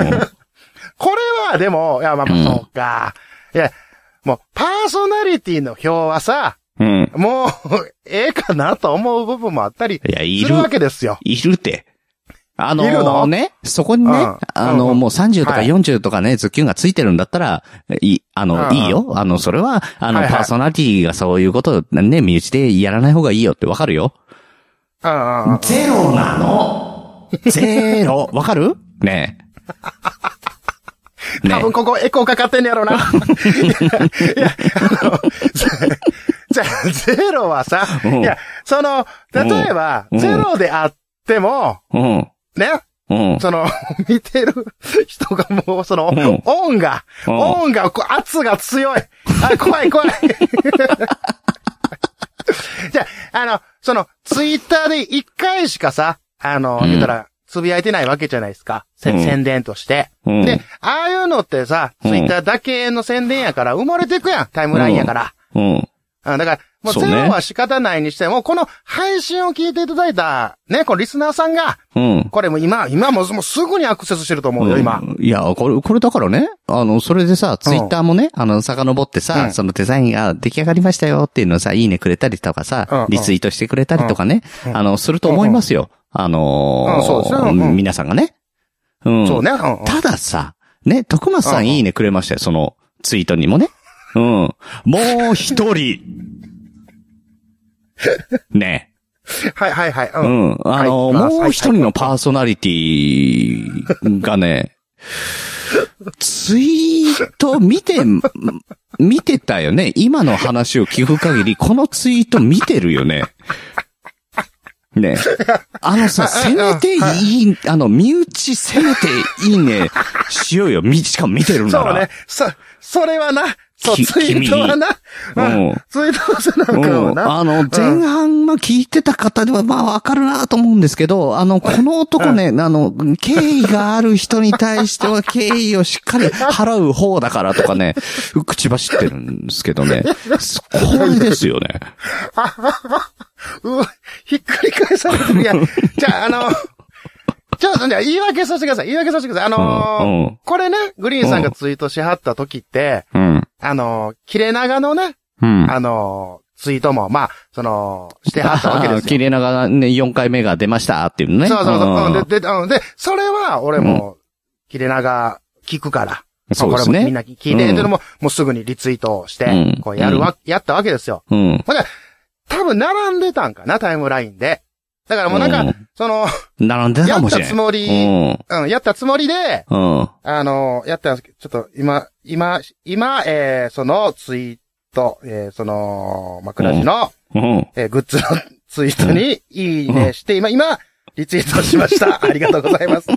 Speaker 2: これはでも、いや、まあま
Speaker 1: うん
Speaker 2: あ、そうか。いや、もう、パーソナリティの表はさ、
Speaker 1: うん。
Speaker 2: もう、ええかなと思う部分もあったり、
Speaker 1: いや、い
Speaker 2: す
Speaker 1: る
Speaker 2: る。わけですよ。
Speaker 1: いるって。あの
Speaker 2: いるの
Speaker 1: ね、そこにね、
Speaker 2: うん
Speaker 1: あの、
Speaker 2: うん
Speaker 1: もう30とか
Speaker 2: はい
Speaker 1: 40とかね、ズッキュンがついてるんだったら、いい、あの、
Speaker 2: うん
Speaker 1: いいよ。あの、それは、あの、
Speaker 2: はいはい
Speaker 1: パーソナリティがそういうことをね、身内でやらない方がいいよってわかるよ。
Speaker 2: うんうんうん。
Speaker 1: ゼロなの。ゼ ロ。わかるねえ。
Speaker 2: 多
Speaker 1: ね
Speaker 2: 分ここエコーかかってんね やろな。いや、いやあの ぜじゃあ、ゼロはさ、
Speaker 1: うん
Speaker 2: いや、その、例えば、
Speaker 1: うん
Speaker 2: ゼロであっても、
Speaker 1: え。うん。
Speaker 2: ね、
Speaker 1: うん。
Speaker 2: その、 見てる人がもう、その、
Speaker 1: うん
Speaker 2: オンが、
Speaker 1: うん
Speaker 2: オンが、こう圧が強い。あ、怖い怖 い。じゃあ、あの、その、ツイッターで一回しかさ、あの、
Speaker 1: うん
Speaker 2: 言ったら、つぶやいてないわけじゃないですか。せ
Speaker 1: うん
Speaker 2: 宣伝として。
Speaker 1: うん
Speaker 2: で、ああいうのってさ、
Speaker 1: う
Speaker 2: ツ
Speaker 1: ん
Speaker 2: イッターだけの宣伝やから、埋もれてくやん、タイムラインやから。
Speaker 1: うん。
Speaker 2: うん、だから、もう
Speaker 1: そう
Speaker 2: ゼ
Speaker 1: ね
Speaker 2: ロは仕方ないにしても、この配信を聞いていただいた、ね、このリスナーさんが、
Speaker 1: うん。
Speaker 2: これもう今、今もうもうすぐにアクセスしてると思うよ、今。
Speaker 1: うんいや、これ、これだからね、あの、それでさ、ツイッターもね、あの、遡ってさ、
Speaker 2: うん
Speaker 1: そのデザインが出来上がりましたよっていうのをさ、いいねくれたりとかさ、
Speaker 2: うんうん
Speaker 1: リツイートしてくれたりとかね、あの、すると思いますよ。あのー
Speaker 2: うんそうですねうん
Speaker 1: 皆さんがね。うん。
Speaker 2: そうね。うんうん
Speaker 1: たださ、ね、徳松さ
Speaker 2: うん
Speaker 1: ん
Speaker 2: うん
Speaker 1: いいねくれましたよ、そのツイートにもね。うん。もう一 人。ね。
Speaker 2: はいはいはい。う。
Speaker 1: うんん。あの、
Speaker 2: はい
Speaker 1: もう一人のパーソナリティがね、ツイート見て、見てたよね。今の話を聞く限り、このツイート見てるよね。ね。あのさ、せめていい、あの、身内せめていいね、しようよ。みしかも見てるんだ
Speaker 2: そう
Speaker 1: ら
Speaker 2: ね。。そ、それはな、そう、
Speaker 1: き
Speaker 2: ツイートはな、
Speaker 1: 君
Speaker 2: うんツイートはそなんか
Speaker 1: う
Speaker 2: も
Speaker 1: ん、
Speaker 2: な。
Speaker 1: あの、前半は聞いてた方では、まあわかるなと思うんですけど、あの、この男ね、あの、敬意がある人に対しては敬意をしっかり払う方だからとか ね、口走ってるんですけどね。これですよね。
Speaker 2: うわひっくり返されてる。いや、 じゃあ、あの、ちょっと、じゃあ言い訳させてください。言い訳させてください。 あ
Speaker 1: うんう
Speaker 2: のー
Speaker 1: ん
Speaker 2: これね、グリーンさんがツイートしはった時って、
Speaker 1: うん。
Speaker 2: あのー、切れ長のね、
Speaker 1: うん。
Speaker 2: あのー、ツイートも、まあ、その、してはった わけですよ
Speaker 1: 切。れながらね、4回目が出ましたっていうね。
Speaker 2: そうそうそう。
Speaker 1: ん
Speaker 2: うん、で、で、うん、で、それは、俺も、切れ長聞くから。
Speaker 1: そうですね
Speaker 2: これもみんな聞いて、
Speaker 1: うん
Speaker 2: でも、もうすぐにリツイートをして、
Speaker 1: うん
Speaker 2: こうやるわ、やったわけですよ。
Speaker 1: うん。
Speaker 2: だから、多分並んでたんかな、タイムラインで。だからもうなんか、
Speaker 1: うん
Speaker 2: その、
Speaker 1: 並んでた
Speaker 2: や
Speaker 1: か
Speaker 2: っ
Speaker 1: もしたれ
Speaker 2: つ
Speaker 1: ない。
Speaker 2: もり、
Speaker 1: うん。
Speaker 2: うん、やったつもりで、
Speaker 1: うん。
Speaker 2: あの、やったんですけど、ちょっと今、今、今、えー、そのツイート、えー、その、枕地の、
Speaker 1: うん。
Speaker 2: えーグッズのツイートにいいねして、今、今、リツイートし ました。ありがとうございます。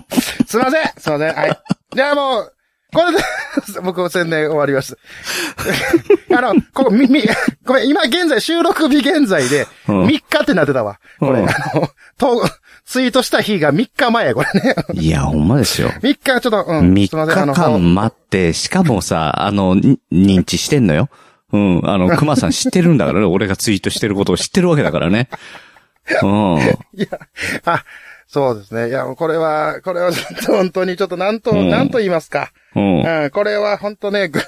Speaker 2: すいませんすいませんはい。じゃあもう、これで、 僕も宣伝終わります。 あの、ここ、み、み、ごめん、今現在、収録日現在で、
Speaker 1: うん
Speaker 2: 3日ってなってたわ。これ、
Speaker 1: うん
Speaker 2: あの、と、ツイートした日が3日前や、これね。
Speaker 1: いや、ほんまですよ。
Speaker 2: 3日、ちょっと、うん、
Speaker 1: 3
Speaker 2: すいません、あ
Speaker 1: 日
Speaker 2: の、こ
Speaker 1: 間
Speaker 2: う
Speaker 1: 待って、しかもさ、あの、に認知してんのよ。うん。あの、熊さん知ってるんだから ね。俺がツイートしてることを知ってるわけだからね。うん。
Speaker 2: あ、そうですね。いや、もうこれは、これは、ちょっと本当に、ちょっと、なんと、
Speaker 1: うん
Speaker 2: なんと言いますか。
Speaker 1: うん。
Speaker 2: うん、これは本当ね、ぐ、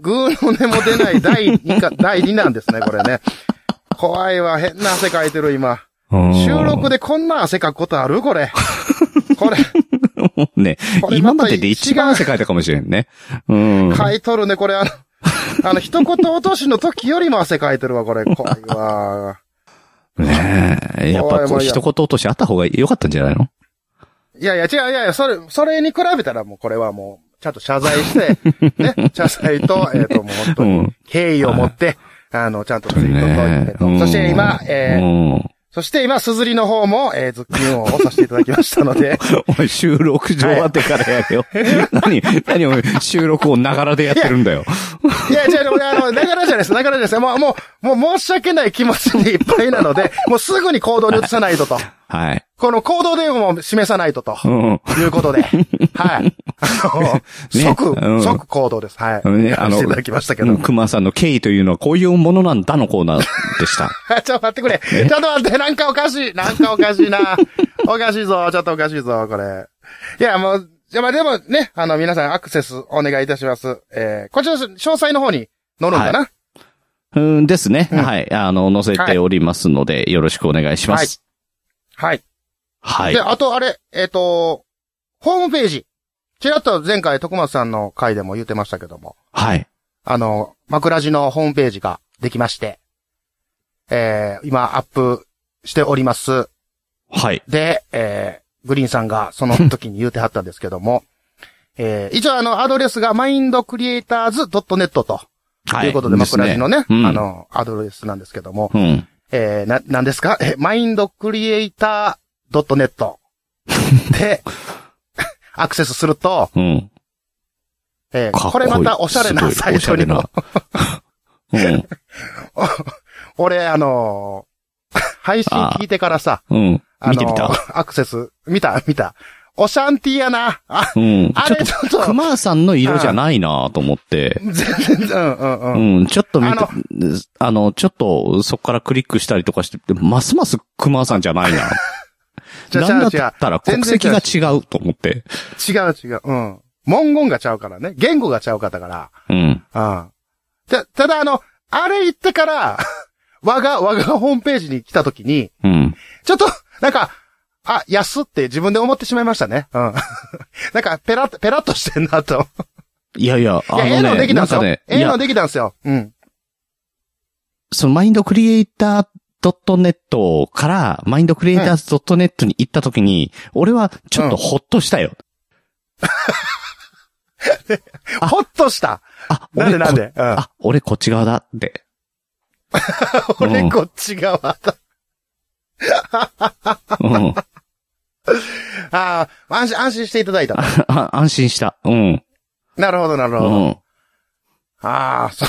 Speaker 2: ぐーの根も出ない第2か、 第2なんですね、これね。怖いわ、変な汗かいてる、今。
Speaker 1: うん
Speaker 2: 収録でこんな汗かくことあるこれ。これ、
Speaker 1: ね
Speaker 2: こ。れ
Speaker 1: 今までで一番
Speaker 2: ま
Speaker 1: 汗かいたかもしれんね。うん。
Speaker 2: かいとるね、これ、あの、あの、一言落としの時よりも汗かいてるわ、これ。怖いわ。
Speaker 1: ねえ。やっぱこ
Speaker 2: おいお
Speaker 1: う、
Speaker 2: いおい
Speaker 1: 一言落としあった方が良かったんじゃないの
Speaker 2: いやいや、違う、いやいや、それ、それに比べたらもう、これはもう、ちゃんと謝罪 して、ね、謝罪と、えっ、と、もう本当
Speaker 1: う
Speaker 2: に
Speaker 1: ん、
Speaker 2: 敬意を持って、あの、ちゃんとツイートと、え
Speaker 1: ね
Speaker 2: ーとそして今、えー
Speaker 1: うん。
Speaker 2: そして今、すずりの方も、えー、ズッキュン王をさせていただきました ので、
Speaker 1: お前収録上終わってからやれ よ。何何お前収録をながらでやってるんだよ。
Speaker 2: いや、違う、俺、あの、だからじゃないです、だからじゃないです。もう、もう、もう申し訳ない気持ちでいっぱいな ので、もうすぐに行動に移さないとと。
Speaker 1: はい。
Speaker 2: この行動でも示さないとと。
Speaker 1: うん。
Speaker 2: いうことで。 はい。あの、即、
Speaker 1: うん
Speaker 2: 即行動です。はい。
Speaker 1: ね、あ
Speaker 2: あ
Speaker 1: の
Speaker 2: の、していただきましたけ
Speaker 1: う
Speaker 2: ど
Speaker 1: ん。熊さんの経緯というのはこういうものなんだのコーナーで した。
Speaker 2: あちょっと待ってくれ。ちょっと待って、なんかおかしい。なんかおかし いな。おかしいぞ。ちょっとおかしいぞ、これ。いや、もう、じゃあまあでもね、あの、皆さんアクセスお願いいたします。えー、こちら、詳細の方に載るんだな。
Speaker 1: うんですね。はい。あの、載せておりますので、よろしくお願いします。
Speaker 2: はい。
Speaker 1: はい
Speaker 2: で、。あと、あれ、えっ、と、ホームページ。ちらっと前回、徳松さんの回でも言ってましたけども、
Speaker 1: はい。
Speaker 2: あの、枕地のホームページができまして、えー、今、アップしております。
Speaker 1: はい。
Speaker 2: で、えー、グリーンさんがその時に言うてはったんですけども、 えー、一応あの、アドレスが mindcreators.net と
Speaker 1: はい。
Speaker 2: いうことで、枕地のね、
Speaker 1: うん
Speaker 2: あの、アドレスなんですけども、
Speaker 1: うん。
Speaker 2: えー、な、なんですかえ、mindcreator.net で、 アクセスすると、
Speaker 1: うん。
Speaker 2: えー
Speaker 1: かっ
Speaker 2: これまたおしゃれなサイトにも、。
Speaker 1: すごいおしゃれ な
Speaker 2: 俺、あのー配信聞いてからさ、
Speaker 1: うん。うん。見てみ
Speaker 2: あの
Speaker 1: た。
Speaker 2: ーアクセス、見た、見た。おシャンティーやな。あ、
Speaker 1: うん。
Speaker 2: あ
Speaker 1: ちょっ
Speaker 2: れちょっと
Speaker 1: と、、熊さんの色じゃないなと思って。
Speaker 2: 全然、うんう んうん。
Speaker 1: うん、ちょっと見て、
Speaker 2: あ
Speaker 1: あの、ちょっとそこからクリックしたりとかして、ますます熊さんじゃないな。
Speaker 2: 違う違う
Speaker 1: なんだったら
Speaker 2: 違う
Speaker 1: 国籍が違うと思って。
Speaker 2: 違う違う。うん。文言がちゃうからね。言語がちゃうかったから。
Speaker 1: うん。
Speaker 2: うん。た、ただあの、あれ言ってから、 我が、我がホームページに来た時に、
Speaker 1: うん。
Speaker 2: ちょっと、なんか、あ、安って自分で思ってしまいましたね。うん。 なんか、ペラッ、ペラッとしてんなと。
Speaker 1: いやいや、
Speaker 2: い
Speaker 1: あ
Speaker 2: や、ええ
Speaker 1: の
Speaker 2: ので
Speaker 1: ね、
Speaker 2: きた
Speaker 1: なんん
Speaker 2: です
Speaker 1: か
Speaker 2: よ。
Speaker 1: ね
Speaker 2: え、
Speaker 1: い
Speaker 2: えの
Speaker 1: や、
Speaker 2: できたんですよ。うん。
Speaker 1: そのマインドクリエイター .net から、マインドクリエイターズ .net に行った時に、俺はちょっとほっとしたよ。あ
Speaker 2: ほっとした。
Speaker 1: あ、
Speaker 2: なん
Speaker 1: 俺
Speaker 2: でなんで。うん。
Speaker 1: あ、俺こっち側だ って。う
Speaker 2: 俺
Speaker 1: ん
Speaker 2: こっち側だ。
Speaker 1: うん。
Speaker 2: ああ、安心、安心していただいた。
Speaker 1: あ安心した。うん。
Speaker 2: なるほど、なる
Speaker 1: う
Speaker 2: ほど。
Speaker 1: ん。
Speaker 2: ああ、そう。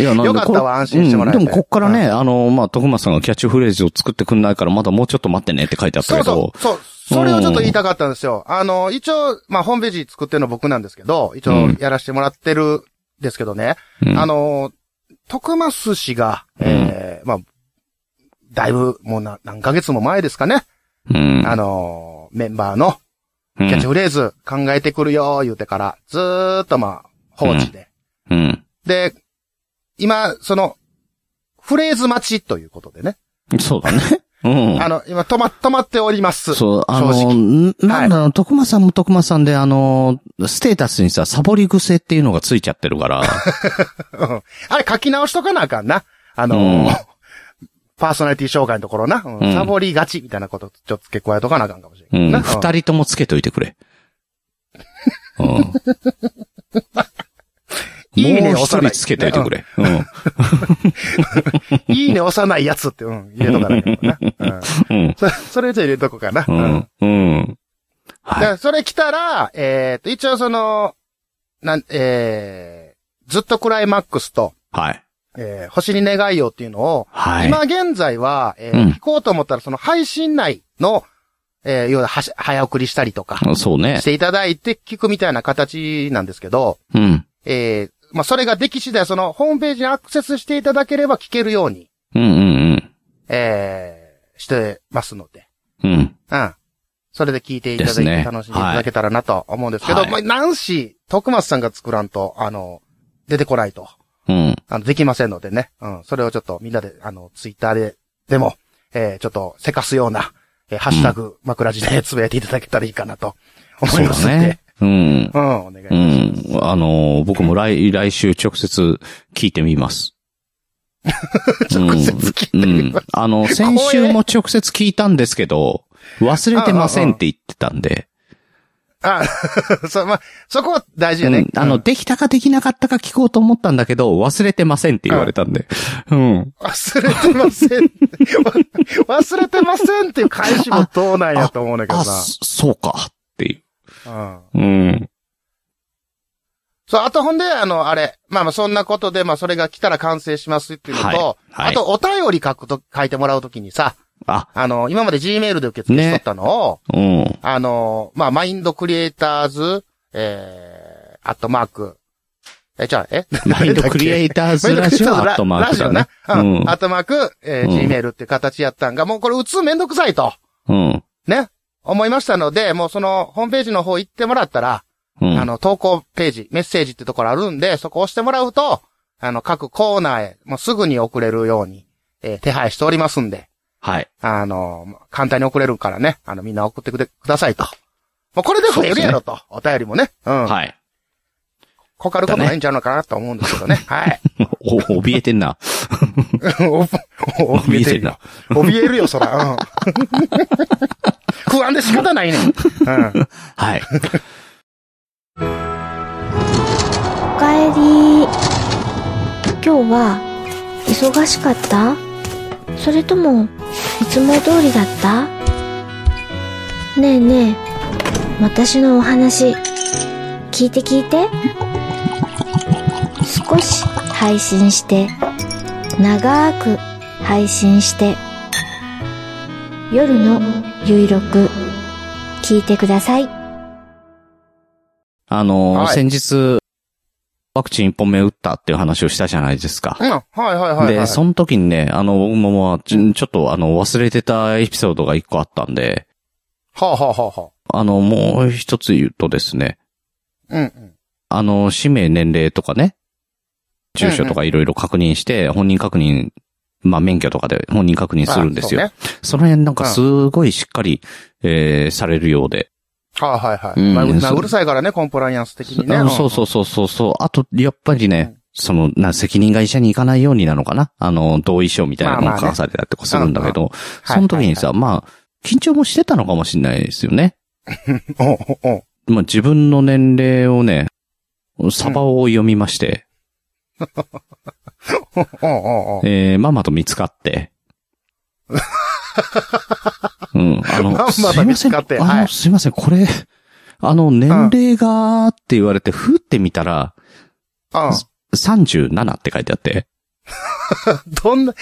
Speaker 1: いや、なんで
Speaker 2: よかったわ
Speaker 1: こ
Speaker 2: 安心してもらえて
Speaker 1: うんでもこっからね、あの、まあ、徳松さんがキャッチフレーズを作ってくんないから、まだもうちょっと待ってねって書いてあった
Speaker 2: そ
Speaker 1: け
Speaker 2: う
Speaker 1: ど。
Speaker 2: そう、そう。それをちょっと言いたかったんですよ。あの、一応、まあ、ホームページ作ってるの僕なんですけど、一応
Speaker 1: うん
Speaker 2: やらせてもらってるんですけどね。
Speaker 1: うん
Speaker 2: あの、徳増氏が、ええまあ、だいぶ、もうな何ヶ月も前ですかね。
Speaker 1: うん。
Speaker 2: あの、メンバーの
Speaker 1: う
Speaker 2: キャッチ
Speaker 1: ん。
Speaker 2: フレーズ考えてくるよ、言うてから、ずーっとまあ、放置で。
Speaker 1: うん。
Speaker 2: で、今、その、フレーズ待ちということでね。
Speaker 1: そうだね。うん。
Speaker 2: あの、今、止ま、止まっております。
Speaker 1: そう、あの、
Speaker 2: 正直
Speaker 1: んなんだろう、徳間さんも徳間さんで、あの、ステータスにさ、サボり癖っていうのがついちゃってる から、
Speaker 2: うんあれ書き直しとかなあかんな。あのー
Speaker 1: うん
Speaker 2: パーソナリティ障害のところな、うん
Speaker 1: うん
Speaker 2: サボりがちみたいなことちょっと付け加えとかなあかんかもしれ
Speaker 1: う
Speaker 2: ない
Speaker 1: ん。
Speaker 2: な。うん
Speaker 1: 二人ともつけといてくれ。うん。もう
Speaker 2: いいね
Speaker 1: 一人つけといてくれ。うん。
Speaker 2: いいね押さないやつって、うん、入れとかなあかん かな。うん
Speaker 1: うん。
Speaker 2: そそれじゃ入れとこうかな。
Speaker 1: う
Speaker 2: うん
Speaker 1: ん。うん。は
Speaker 2: だか
Speaker 1: い。
Speaker 2: らそれ来たら、えっと、一応その、なん、えー、ずっとクライマックスと、
Speaker 1: はい。
Speaker 2: えー、星に願いよっていうのを、
Speaker 1: はい。
Speaker 2: 今現在は、え
Speaker 1: う
Speaker 2: ー
Speaker 1: ん
Speaker 2: 聞こうと思ったら、その配信内の、えー、要ははし、早送りしたりとか、
Speaker 1: そうね
Speaker 2: し。ていただいて聞くみたいな形なんですけど、
Speaker 1: うん。
Speaker 2: えー、まあ、それができ次第、その、ホームページにアクセスしていただければ聞けるように、
Speaker 1: うんうん
Speaker 2: えー、してますので、
Speaker 1: うん。うん。
Speaker 2: うん。それで聞いていただい
Speaker 1: です
Speaker 2: て、
Speaker 1: ね
Speaker 2: 楽しんでいただけたらなと思うんですけど、
Speaker 1: はい
Speaker 2: まあ、なんし、徳松さんが作らんと、あの、出てこないと、
Speaker 1: うん。
Speaker 2: あの、できませんのでね、うん。それをちょっとみんなで、あの、ツイッターで、でも、えー、ちょっと、せかすような、えー、ハッシュタグ、枕地でつぶやいていただけたらいいかなと、思
Speaker 1: そ
Speaker 2: いうますんで。
Speaker 1: だね。うん。
Speaker 2: うん、お願いし
Speaker 1: う
Speaker 2: ます。
Speaker 1: ん。あのー、僕も来、来週直接聞いてみます。
Speaker 2: 直接聞いてみます
Speaker 1: うんうんあの、先週も直接聞いたんですけど、忘れてませんって言ってたんで。
Speaker 2: あ、 そ、まあ、そこは大事や
Speaker 1: う
Speaker 2: ね
Speaker 1: ん。あの、できたかできなかったか聞こうと思ったんだけど、忘れてませんって言われたんで。うん。
Speaker 2: 忘れてません。 わ忘れてませんっていう返しもどうなんやと思うねんだ
Speaker 1: あ、
Speaker 2: けどな。
Speaker 1: そそうかっていう。
Speaker 2: うん。
Speaker 1: うん。
Speaker 2: そう、あとほんで、あの、あれ、まあまあそんなことで、まあそれが来たら完成しますっていうのと、
Speaker 1: はいはい
Speaker 2: あとお便り書くと、書いてもらうときにさ、
Speaker 1: あ、
Speaker 2: あの、今まで Gmail で受け付けしとったのを、
Speaker 1: うん。
Speaker 2: あの、まあ、マインドクリエイターズ、えー、アットマーク。え、じゃあ、え
Speaker 1: マインドクリエイターズラジオアットマークだね。
Speaker 2: ラジオな。う
Speaker 1: うん
Speaker 2: ん。アットマーク、えー、
Speaker 1: うん
Speaker 2: Gmail っていう形やったんが、もうこれ打つのめんどくさいと、
Speaker 1: うん。
Speaker 2: ね、思いましたので、もうその、ホームページの方行ってもらったら、
Speaker 1: うん。
Speaker 2: あの、投稿ページ、メッセージってところあるんで、そこ押してもらうと、あの、各コーナーへ、もうすぐに送れるように、えー手配しておりますんで、
Speaker 1: はい。
Speaker 2: あの、簡単に送れるからね、あの、みんな送ってくれくださいと。もうこれで増えるやろと、お便りもね、うん。
Speaker 1: はい。
Speaker 2: こかることないんちゃうのかなと思うんですけどね、はい。
Speaker 1: お、怯えてんな。
Speaker 2: おお
Speaker 1: 怯えてんな。
Speaker 2: 怯えるよ、そ ら。うん、不安で仕方ないねん。うん。
Speaker 1: はい。
Speaker 4: おかえり今日は忙しかったそれともいつも通りだったねえねえ私のお話聞いて聞いて少し配信して長く配信して夜のゆいろく聞いてください
Speaker 1: あのー
Speaker 2: はい
Speaker 1: 先日、ワクチン1本目打ったっていう話をしたじゃないですか。
Speaker 2: うん。はいはいはい、は
Speaker 1: で、
Speaker 2: い。
Speaker 1: その時にね、あの、僕もまあ、ちょちょっとあの、忘れてたエピソードが1個あったんで、
Speaker 2: はあ、はあはあは
Speaker 1: あの、もう一つ言うとですね、
Speaker 2: あ、うんうん。
Speaker 1: あの、氏名、年齢とかね、住所とかいろいろ確認して、本人確認、まあ免許とかで本人確認するんですよ。
Speaker 2: あ。
Speaker 1: その辺なんかすごいしっかり、えーされるようで。
Speaker 2: はいはいはい。
Speaker 1: うん
Speaker 2: まあ、うまあ
Speaker 1: そう
Speaker 2: うるさいからね、コンプライアンス的にね。
Speaker 1: うんそうそううそうそうそう。あと、やっぱりね、その、な、責任が医者に行かないようになのかなあの、同意書みたいな
Speaker 2: まあ
Speaker 1: の
Speaker 2: ま
Speaker 1: を
Speaker 2: あ
Speaker 1: 書
Speaker 2: ね
Speaker 1: かされたりとかするんだけ
Speaker 2: う
Speaker 1: ど、その時にさ、まあ、緊張もしてたのかもしれないですよね。
Speaker 2: ん。おうおう
Speaker 1: まあ、自分の年齢をね、サバを読みまして、
Speaker 2: おうおうおう
Speaker 1: えー、ママと見つか って。うん、あ
Speaker 2: ママ
Speaker 1: の、
Speaker 2: と
Speaker 1: すいま
Speaker 2: 見
Speaker 1: せ
Speaker 2: つ
Speaker 1: ん、
Speaker 2: かって
Speaker 1: あ
Speaker 2: は
Speaker 1: の、
Speaker 2: い
Speaker 1: すいません、これ、あの、年齢が、って言われて、ふってみたら、
Speaker 2: う
Speaker 1: 37って書いてあって、
Speaker 2: ん。どんな、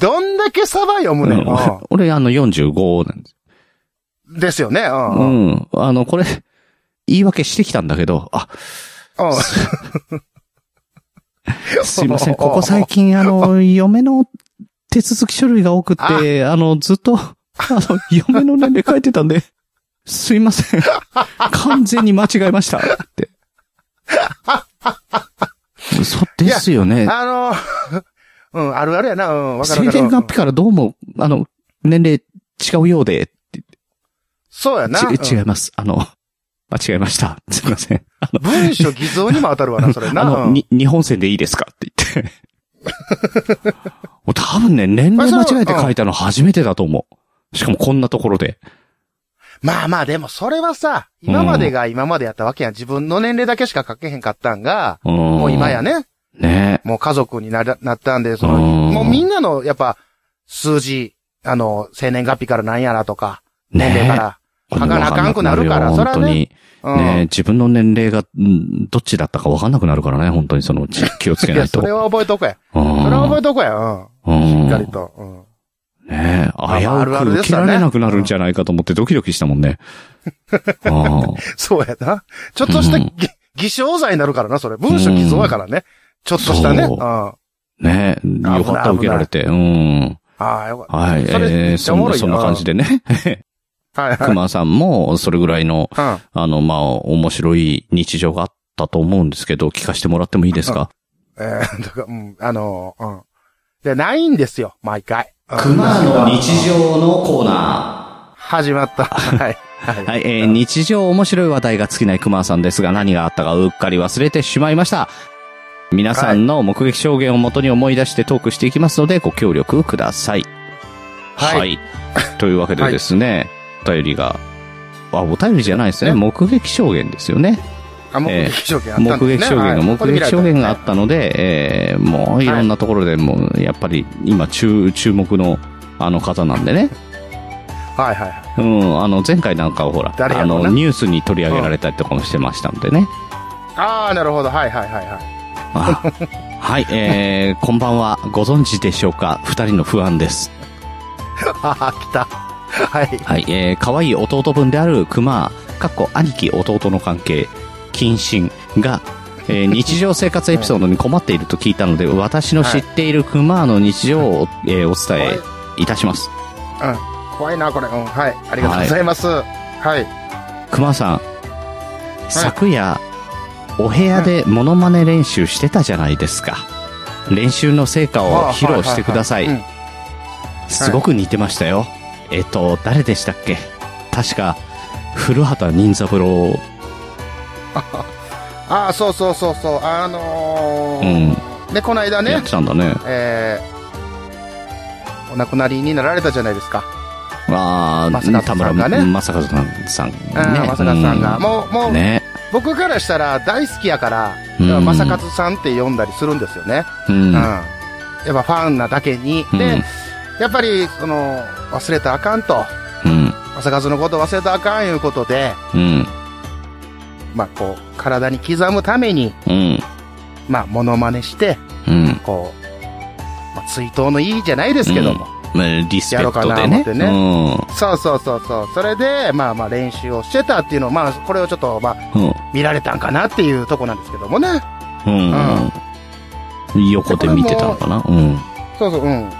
Speaker 2: どんだけサバ読むね
Speaker 1: うん
Speaker 2: ん。うん
Speaker 1: 俺、あの、45なんです。
Speaker 2: ですよね。うん
Speaker 1: う
Speaker 2: うん。
Speaker 1: ん、あの、これ、言い訳してきたんだけど、 あ、
Speaker 2: うん
Speaker 1: すいません、ここ最近、あの、嫁の手続き書類が多くて、あの、ずっと、あの、嫁の年齢書いてたんで、すいません。完全に間違えました。って。そうですよね。
Speaker 2: あの、うん、あるあるやな。うん、わか
Speaker 1: 生
Speaker 2: るわか
Speaker 1: 年
Speaker 2: る。
Speaker 1: 月日からどうも、あの、年齢違うようで、
Speaker 2: そうやな。
Speaker 1: ち
Speaker 2: うん
Speaker 1: 違います。あの、間違えました。すいません。あの、
Speaker 2: 文章偽造にも当たるわな、それな。
Speaker 1: あの、
Speaker 2: うん
Speaker 1: に、日本線でいいですかって言って。 もう多分ね、年齢間違えて書いたの初めてだと思う。しかもこんなところで。
Speaker 2: まあまあ、でもそれはさ、今までが今までやったわけやん。自分の年齢だけしか書けへんかったんが、
Speaker 1: も
Speaker 2: もう今や。ね、
Speaker 1: ね
Speaker 2: もう家族にならなったんで、そ
Speaker 1: うん
Speaker 2: の、もうみんなの、やっぱ、数字、あの、生年月日からなんやらとか、
Speaker 1: え。
Speaker 2: 年齢か
Speaker 1: ね
Speaker 2: ら。書かなあかんくなるから
Speaker 1: わんなくなるよ
Speaker 2: そ
Speaker 1: 本当に。ね
Speaker 2: う
Speaker 1: え
Speaker 2: ん。
Speaker 1: 自分の年齢が、んどっちだったかわかんなくなるからね、本当にそのうち、気をつけ
Speaker 2: い
Speaker 1: な
Speaker 2: や、
Speaker 1: いと。
Speaker 2: それは覚えとこや。
Speaker 1: うん
Speaker 2: それは覚えとこや。うん。しっかりと。うん。
Speaker 1: うんねえ、
Speaker 2: あ
Speaker 1: 危
Speaker 2: あるあ
Speaker 1: う
Speaker 2: る
Speaker 1: く
Speaker 2: で
Speaker 1: 受
Speaker 2: す
Speaker 1: け
Speaker 2: よね
Speaker 1: られなくなるんじゃないかと思ってドキドキしたもん ね。うん
Speaker 2: そうやな。ちょっとした
Speaker 1: う
Speaker 2: ぎ
Speaker 1: ん
Speaker 2: 偽証罪になるからな、それ。文書偽造やからね。ちょっとしたね。
Speaker 1: そう
Speaker 2: うん。あ
Speaker 1: ねえ、よかった、受けられて。うん。
Speaker 2: あ、よかっ
Speaker 1: はい、
Speaker 2: それ
Speaker 1: えー
Speaker 2: めっちゃ
Speaker 1: そ
Speaker 2: お
Speaker 1: ん
Speaker 2: も
Speaker 1: な、
Speaker 2: ろい
Speaker 1: そ
Speaker 2: な
Speaker 1: んな感じでね。
Speaker 2: た。はいはい。
Speaker 1: 熊さんも、それぐらいの、
Speaker 2: うん。
Speaker 1: あの、まあ、面白い日常があったと思うんですけど、聞かせてもらってもいい ですか
Speaker 2: えー、だから、うん、あのー、うん。で、ないんですよ、毎回。うん
Speaker 1: の日常のコーナ
Speaker 2: 始ま った。はい。はい。
Speaker 1: ー。はい、えー日常面白い話題が尽きない熊さんですが、何があったかうっかり忘れてしまいました。皆さんの目撃証言をもとに思い出してトークしていきますので、ご協力ください。
Speaker 2: はい
Speaker 1: というわけでですね、お便りがあ、お便りじゃないですね。目撃証言ですよね。
Speaker 2: あ、目
Speaker 1: ええ
Speaker 2: 撃証言あった
Speaker 1: 目
Speaker 2: んで
Speaker 1: 撃
Speaker 2: すね。
Speaker 1: 証言が、
Speaker 2: はい
Speaker 1: 目撃証言があっ。
Speaker 2: ここで見られたんですね
Speaker 1: たので、えーもういろんなところでもう、やっぱり今注、注目の、あの方なんでね。
Speaker 2: はいはいはい。
Speaker 1: うん、あの、前回なんかはほら、
Speaker 2: 誰や
Speaker 1: あ
Speaker 2: ろうな
Speaker 1: の、ニュースに取り上げられたりとかもしてましたんでね。
Speaker 2: ああ、なるほど。はいはいはいはい。
Speaker 1: あはい、えー、こんばんは、ご存知でしょうか二人の不安です。
Speaker 2: ああ、来た。はい。
Speaker 1: はい、えー、可愛い弟分である熊、かっこ兄貴弟の関係、謹慎が、 えー日常生活エピソードに困っていると聞いたので、私の知っている熊の日常を、えーお伝えいたします。
Speaker 2: 怖いな、これ。うん、はい。ありがとうございます。はい。
Speaker 1: 熊さん、昨夜、お部屋でモノマネ練習してたじゃないですか。練習の成果を披露してください
Speaker 2: は。は
Speaker 1: すごく似てましたよ。えっと、誰でしたっけ確か、古畑任三郎。
Speaker 2: はうんああ、そうそうそうそう。あの
Speaker 1: う
Speaker 2: ー
Speaker 1: ん。
Speaker 2: で、この間
Speaker 1: やっ
Speaker 2: ね
Speaker 1: て、たんだね。
Speaker 2: えー、お亡くなりになられたじゃないですか。
Speaker 1: ああ、
Speaker 2: 正和
Speaker 1: 田
Speaker 2: さ
Speaker 1: 村
Speaker 2: んがね
Speaker 1: 正和さんね。
Speaker 2: うん、正和さんが。
Speaker 1: う
Speaker 2: もう、もう、
Speaker 1: ね。
Speaker 2: 僕からしたら大好きやから、
Speaker 1: うん
Speaker 2: 正和さんって呼んだりするんですよね。
Speaker 1: う。
Speaker 2: うんん。
Speaker 1: うん。
Speaker 2: やっぱファンなだけに。で、
Speaker 1: うん
Speaker 2: やっぱり、その、忘れたらあかんと。正和のこと忘れたらあかんいうことで、
Speaker 1: うん。
Speaker 2: まあ、こう、体に刻むために、
Speaker 1: うん。
Speaker 2: まあ、モノマネして、
Speaker 1: うん。
Speaker 2: こう、まあ、追悼の意義じゃないですけども。
Speaker 1: まあリスペクトで
Speaker 2: やろう
Speaker 1: ね。
Speaker 2: かなそうそうそうそう。それで、まあまあ練習をしてたっていうのを、まあ、これをちょっと、まあ、
Speaker 1: うん。
Speaker 2: 見られたんかなっていうとこなんですけどもね。
Speaker 1: うん。うん。横で見てたのかなうん。
Speaker 2: そうそう、うん。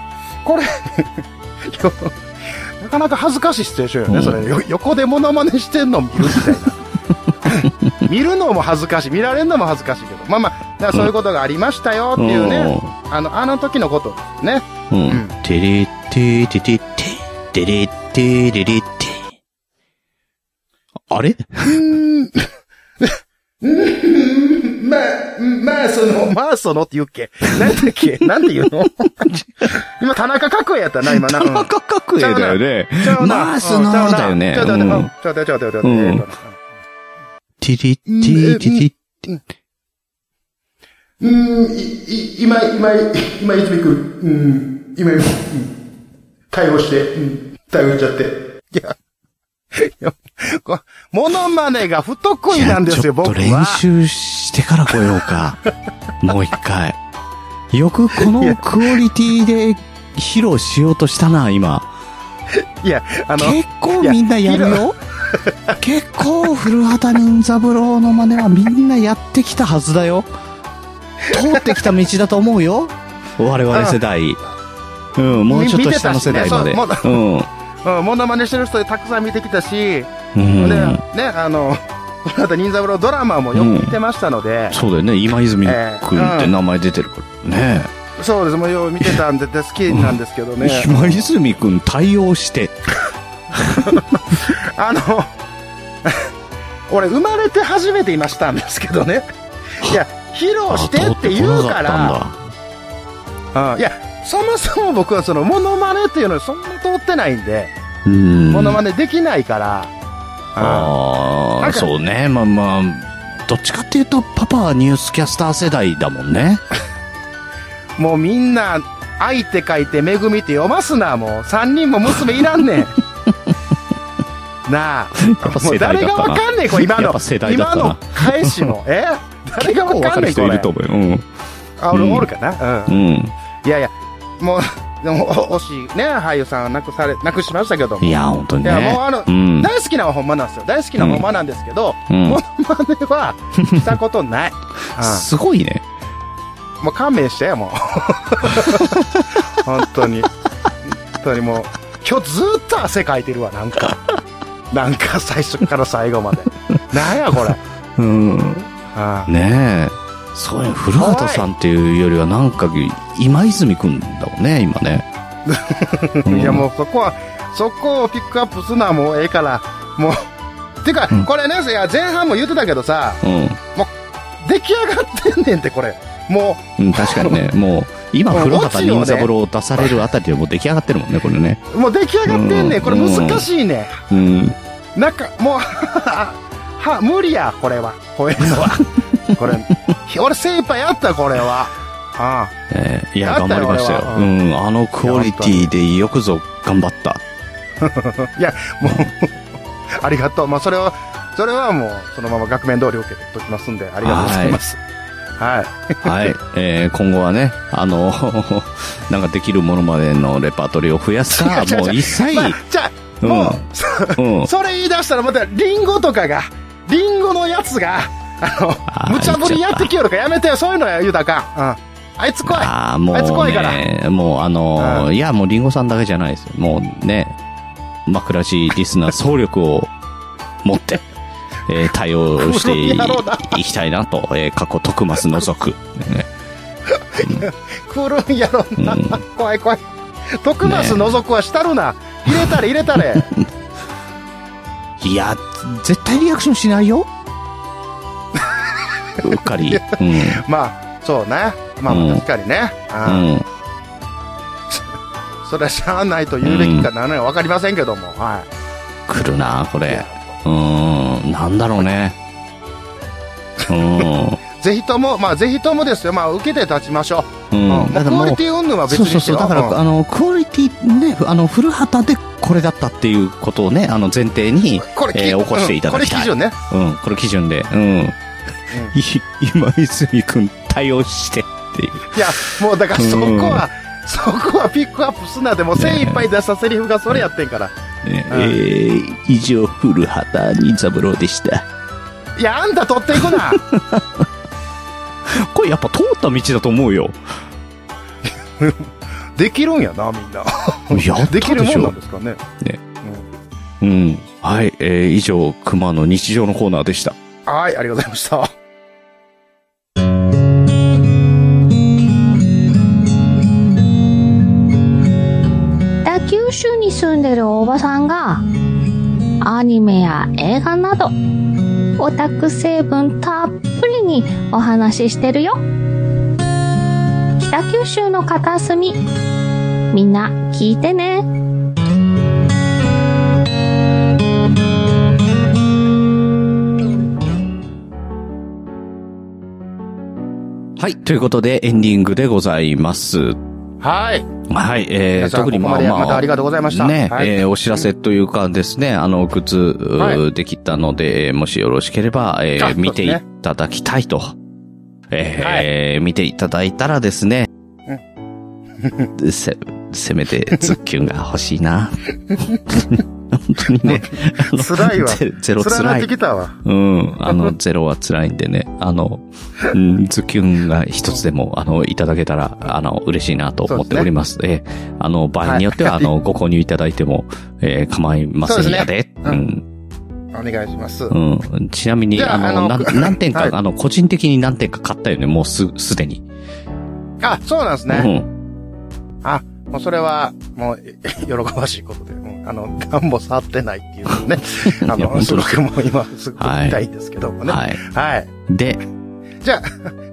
Speaker 2: これ よ、なかなか恥ずかしいシチュエーションよね、
Speaker 1: うん
Speaker 2: それよ。横でモノマネしてんの見るみたい な。見るのも恥ずかしい、見られるのも恥ずかしいけど、まあまあ、だからそういうことがありましたよっていうね、あの、あの時のことですね。
Speaker 1: うん。う
Speaker 2: うん
Speaker 1: ん。てれってててて、てれってれれって。あれ
Speaker 2: まあ、まあその、まあそのって言うっけ。なんだっけ なんて言うの今、田中角栄やったな、今な。
Speaker 1: 田中角栄だよね。まあ、そのだよね。
Speaker 2: ちょう
Speaker 1: う
Speaker 2: ど
Speaker 1: ん
Speaker 2: な。ちょうどなちょうどなちょうどなちょうどなち
Speaker 1: う
Speaker 2: ょうど
Speaker 1: ん
Speaker 2: えーとな
Speaker 1: ティリッティティリッ
Speaker 2: うーん、い、い、今、今、今、泉くん、うん、今、うん、対応して、うん、対応しちゃって。いや、いや、こモノマネが不得意なんです
Speaker 1: ちょ
Speaker 2: よ、
Speaker 1: っと
Speaker 2: 僕は。
Speaker 1: 練習してから来よう か。もう一回。よくこのクオリティで披露しようとしたな、今。
Speaker 2: いや、あの、
Speaker 1: 結構みんなやる
Speaker 2: いや
Speaker 1: よ。 結構古畑任三郎の真似はみんなやってきたはずだよ。通ってきた道だと思うよ。我々世代。うん、もうちょっと下の世代まで。
Speaker 2: 見てたしね
Speaker 1: う
Speaker 2: そ
Speaker 1: ん。
Speaker 2: うん、モノマネしてる人たくさん見てきたし、
Speaker 1: うん
Speaker 2: で、ね、あの、この後、忍三郎ドラマもよく見てましたので、
Speaker 1: そうだよね。今泉
Speaker 2: ええ
Speaker 1: くんって名前出てるからね。
Speaker 2: そうです、もうよう見てたんで、で好きなんですけどね。
Speaker 1: 今泉くん対応して。
Speaker 2: あの、 俺、生まれて初めていましたんですけどね。いや、披露してって言うから、うんいや、そもそも僕はその、モノマネっていうのにそんな通ってないんで、
Speaker 1: うん。
Speaker 2: モノマネできないから、う
Speaker 1: あ
Speaker 2: んな
Speaker 1: あ、
Speaker 2: んか
Speaker 1: そうね。まあまあ、どっちかっていうと、パパはニュースキャスター世代だもんね。
Speaker 2: もうみんな、愛って書いて、恵みって読ますな、もう。三人も娘いらんね ん。なあ。
Speaker 1: やっぱ
Speaker 2: もう
Speaker 1: 世代
Speaker 2: 誰
Speaker 1: だ
Speaker 2: が
Speaker 1: った
Speaker 2: わ
Speaker 1: な。
Speaker 2: かんねえ、これ今
Speaker 1: やっ
Speaker 2: の
Speaker 1: ぱ世。代だっ
Speaker 2: 今
Speaker 1: たな
Speaker 2: の返しも。 え誰がわかんねえ、これ。
Speaker 1: 思うよ。
Speaker 2: あ、俺おるかな、
Speaker 1: う。
Speaker 2: うん
Speaker 1: ん。
Speaker 2: いやいや、もう、 でも、お惜しいね、俳優さんは亡くされ、亡くしましたけども。
Speaker 1: い
Speaker 2: い
Speaker 1: や、本当に
Speaker 2: や、もう
Speaker 1: ね。
Speaker 2: あの
Speaker 1: う、ん。
Speaker 2: 大好きなのはほんまなんですよ。大好きなのはほんまなんですけど、
Speaker 1: うん
Speaker 2: モノ。マネ はしたことない。う
Speaker 1: すごいね。
Speaker 2: ん、もう勘弁してよ、もう。 本当に。本当にもう、今日ずっと汗かいてるわ、なんか。なんか最初から最後 まで。なんや、これ。
Speaker 1: うん。
Speaker 2: あ
Speaker 1: ねえ。そうや、古畑さんっていうよりは、なんか、今泉くんだもんね、今ね。
Speaker 2: いや、もうそこは、そこをピックアップするのはもうええから、もう。てか
Speaker 1: うん、
Speaker 2: これね、いや、前半も言ってたけどさ、
Speaker 1: うん。
Speaker 2: 出来上がってんねんって、これ。も
Speaker 1: うん、確かに ね、もう、今、
Speaker 2: うん
Speaker 1: 古
Speaker 2: オ
Speaker 1: 畑
Speaker 2: チをね
Speaker 1: 任三郎を出されるあたりでもう出来上がってるもんね、これね。
Speaker 2: う、もう出来上がってんね。
Speaker 1: うんん
Speaker 2: これ難しいね。
Speaker 1: うん。
Speaker 2: なんか、もう、 は、無理や、これは。こうい うのは。これ、俺精一杯やった、これは。あ
Speaker 1: えーいや、
Speaker 2: や
Speaker 1: 頑
Speaker 2: った
Speaker 1: 張り
Speaker 2: よ
Speaker 1: ました
Speaker 2: 俺は
Speaker 1: よ。
Speaker 2: う
Speaker 1: うん、あのクオリティでよくぞ頑張 った。
Speaker 2: あ。いや、もう、ありがとう。まあ、それは、それはもう、そのまま額面通り受け取っときますんで、ありがとうございます。はい。
Speaker 1: はい。えー今後はね、あの、 なんかできるものまでのレパートリーを増やすか、
Speaker 2: 違う違う違う
Speaker 1: もう一切、
Speaker 2: まあ、じゃあ、
Speaker 1: うん
Speaker 2: もう、そ
Speaker 1: うん。
Speaker 2: それ言い出したらまた、リンゴとかが、リンゴのやつが、あ
Speaker 1: あ
Speaker 2: の、
Speaker 1: ー
Speaker 2: 無茶ぶりやってきよるからやめてよ、そういうのや言うたらあかん。うん。あいつ来い。
Speaker 1: ああ、も
Speaker 2: あいつ
Speaker 1: う
Speaker 2: 怖いから
Speaker 1: ね、もうあの、いや、もうリンゴさんだけじゃないですよ。もうね、枕地リスナー総力を持 って、えー対応してい
Speaker 2: この野郎だ
Speaker 1: いきたいなと、えー、過去徳松除く。ね
Speaker 2: 来るんやろな、
Speaker 1: うん
Speaker 2: 怖い怖い徳増のぞくはしたるな、入れたれ入れた れ
Speaker 1: いや、絶対リアクションしない よ。うっかり。うん。
Speaker 2: まあそうねまあ、
Speaker 1: うん
Speaker 2: 確かにね、
Speaker 1: う
Speaker 2: あ
Speaker 1: ん。
Speaker 2: あそれはしゃあないと言うべきかならないか分かりませんけども、は
Speaker 1: 来るな、これ。うーん。なんだろうね。う
Speaker 2: い、ぜひともまあぜひともですよまあ受けて立ちましょ
Speaker 1: ん。
Speaker 2: う、
Speaker 1: う
Speaker 2: うん
Speaker 1: ん。
Speaker 2: もう
Speaker 1: だから
Speaker 2: クオ
Speaker 1: もう
Speaker 2: リティ云々は別
Speaker 1: そう
Speaker 2: にして
Speaker 1: そう
Speaker 2: よ
Speaker 1: そう。だから、
Speaker 2: うん
Speaker 1: あの、クオリティね、あの、古畑でこれだったっていうことをね、あの、前提に、
Speaker 2: これ、
Speaker 1: えー起こしていただきたい
Speaker 2: うんこれ基準ね
Speaker 1: うん、これ基準で、うん。い今泉くん対応してっていう。
Speaker 2: いやもうだから
Speaker 1: うん
Speaker 2: そこは、そこはピックアップすなでもう精一杯出したセリフがそれやってんから、
Speaker 1: ね
Speaker 2: うん
Speaker 1: えー、以上、古畑任三郎でした。
Speaker 2: いやあんた取ってい くな
Speaker 1: これやっぱ通った道だと思うよ。
Speaker 2: できるんやなみんな
Speaker 1: やったでしょ
Speaker 2: できるもんなんですかね
Speaker 1: ねうん。はい、えー、以上、熊の日常のコーナーでした。
Speaker 2: はい、ありがとうございました。
Speaker 4: 北九州に住んでるおばさんがアニメや映画などオタク成分たっぷりにお話ししてるよ北九州の片隅みんな聞いてね
Speaker 1: はい、ということで、エンディングでございます。
Speaker 2: はい。
Speaker 1: はい、え
Speaker 2: 皆
Speaker 1: ー、
Speaker 2: さん
Speaker 1: 特に
Speaker 2: ここまでまたありがとうございました
Speaker 1: ね、
Speaker 2: はい
Speaker 1: えーお知らせというかですね、あの、グッズ、うー
Speaker 2: は
Speaker 1: できたので、えーもしよろしければ、えー
Speaker 2: あそうですね
Speaker 1: 見ていただきたいと。えー見ていただいたらですね、せ、せめて、ズッキュンが欲しい な。本当にね、あの
Speaker 2: 辛いわ
Speaker 1: ゼゼロ
Speaker 2: つらな
Speaker 1: 辛
Speaker 2: って
Speaker 1: い。
Speaker 2: きたわ。
Speaker 1: うん。あ の、ゼロは辛いんでね。あの、うん、ズキュンが一つでも、あの、いただけたら、あの、嬉しいなと思っております。ええあの、場合によっては、あの、ご購入いただいても、えー構いませんやで。
Speaker 2: う
Speaker 1: う
Speaker 2: です
Speaker 1: ん。
Speaker 2: お願いします。
Speaker 1: うん。ちなみに、
Speaker 2: じゃあ
Speaker 1: あの、
Speaker 2: あの
Speaker 1: なん何点か、
Speaker 2: はい
Speaker 1: あの、個人的に何点か買ったよね、もうす、すでに。
Speaker 2: あ、そうなんです
Speaker 1: う
Speaker 2: ね。
Speaker 1: ん。
Speaker 2: あ、もうそれは、もう、え喜ばしいことで、うんあの、ガンも触ってないっていう のね。あ
Speaker 1: いや
Speaker 2: の、
Speaker 1: 本
Speaker 2: す
Speaker 1: 当
Speaker 2: ご
Speaker 1: だ
Speaker 2: くもう今、すごく
Speaker 1: はい
Speaker 2: 痛いんですけどもね。は
Speaker 1: はい。
Speaker 2: い。
Speaker 1: で、
Speaker 2: じゃあ、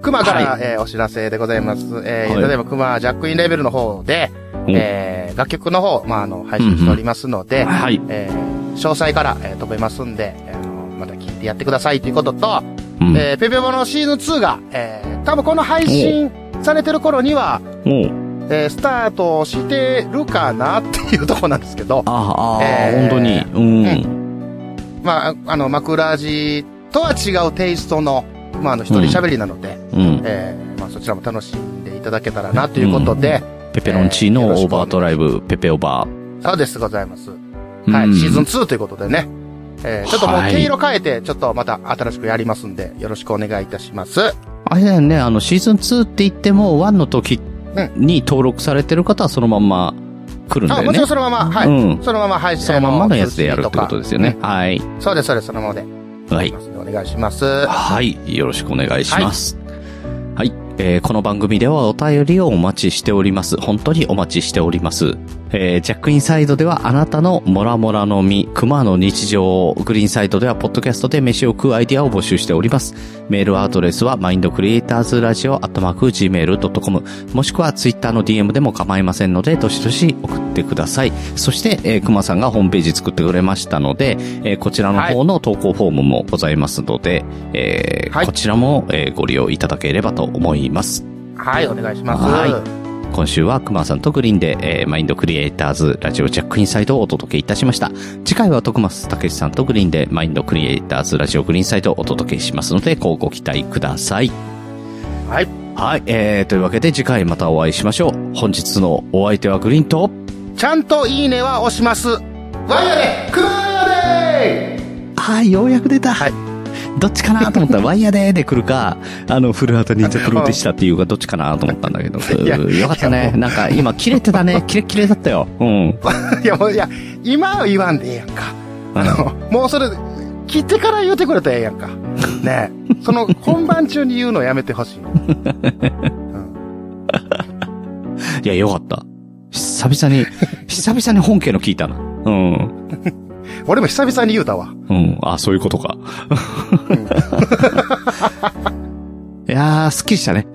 Speaker 2: 熊から、
Speaker 1: は
Speaker 2: えーお知らせでございます。えー
Speaker 1: はい
Speaker 2: 例えば熊ジャックインレベルの方で、
Speaker 1: うん
Speaker 2: えー楽曲の方、まあ、あの、配信しておりますので、
Speaker 1: はい。
Speaker 2: えー詳細から、えー飛べますんで、えーあのまた聞いてやってくださいということと、
Speaker 1: うん。
Speaker 2: えー、ペペボのシーズン2が、えー、多分この配信されてる頃には、
Speaker 1: もう、
Speaker 2: えー、スタートしてるかなっていうとこなんですけど、
Speaker 1: ああ、
Speaker 2: えー
Speaker 1: 本当に、うん。
Speaker 2: まあ、あの、枕地とは違うテイストの、まあ、あの、一人喋りなので、
Speaker 1: うん。
Speaker 2: えー、まあ、そちらも楽しんでいただけたらなということで、
Speaker 1: ペペロンチー
Speaker 2: えー
Speaker 1: ノ
Speaker 2: よろし
Speaker 1: オー
Speaker 2: くお願い
Speaker 1: バードライブ、ペペオーバー。
Speaker 2: そうです、ございます。は
Speaker 1: う
Speaker 2: い、
Speaker 1: ん
Speaker 2: シーズン2ということでね、えー、ちょっともう
Speaker 1: はい
Speaker 2: 毛色変えて、ちょっとまた新しくやりますんで、よろしくお願いいたします。
Speaker 1: あれだよね、あの、シーズン2って言っても、1の時に登録されてる方はそのまんま来るんだ
Speaker 2: あ、
Speaker 1: よ
Speaker 2: もち
Speaker 1: ね
Speaker 2: ろん。そのまま、はい。
Speaker 1: うん
Speaker 2: そのまま配信
Speaker 1: そのまんまのやつでやるってことですよね。。はい。
Speaker 2: そうです、そうです、そのままで。
Speaker 1: はい。
Speaker 2: お願いします。
Speaker 1: はい。よろしくお願いします。はい。えーこの番組ではお便りをお待ちしております。本当にお待ちしております。えージャックインサイドではあなたのモラモラの実、熊の日常を、グリーンサイドではポッドキャストで飯を食うアイディアを募集しております。メールアドレスは mindcreatorsradio.gmail.com もしくはツイッターの DM でも構いませんので、どしどし送ってください。そして、えー熊さんがホームページ作ってくれましたので、えーこちらの方の投稿フォームもございますので、えー
Speaker 2: はい
Speaker 1: こちらも、えーご利用いただければと思います。
Speaker 2: はい、お願いします。
Speaker 1: はい今週は熊さんとグリーンで、えーマインドクリエイターズラジオジャックインサイドをお届けいたしました。次回は徳松武さんとグリーンでマインドクリエイターズラジオグリーンサイドをお届けしますので、こうご期待ください。
Speaker 2: はい。
Speaker 1: はい、えー、というわけで次回またお会いしましょう。本日のお相手はグリーンと、
Speaker 2: ちゃんといいねは押します。ワイヤで、クーでー
Speaker 1: あーようやく出た。どっちかなと思 ったら、ワイヤーでーで来るか、あの、フルハートニンジャプロでしたって いうか、どっちかなと思ったんだけど、
Speaker 2: いや
Speaker 1: よかったね。 なんか、今、切れてた ね。キレッキレだったよ。うん。
Speaker 2: いや、もう、いや、今は言わんでええやんか。あの、もうそれ、切ってから言うてくれたらええやんか。ねえ。その、本番中に言うのやめてほしい。
Speaker 1: いや、よかった。久々に、久々に本家の聞いたな。うん。
Speaker 2: 俺も久々に言うたわ。
Speaker 1: うん。あ、そういうことか。 いやー、すっきりしたね。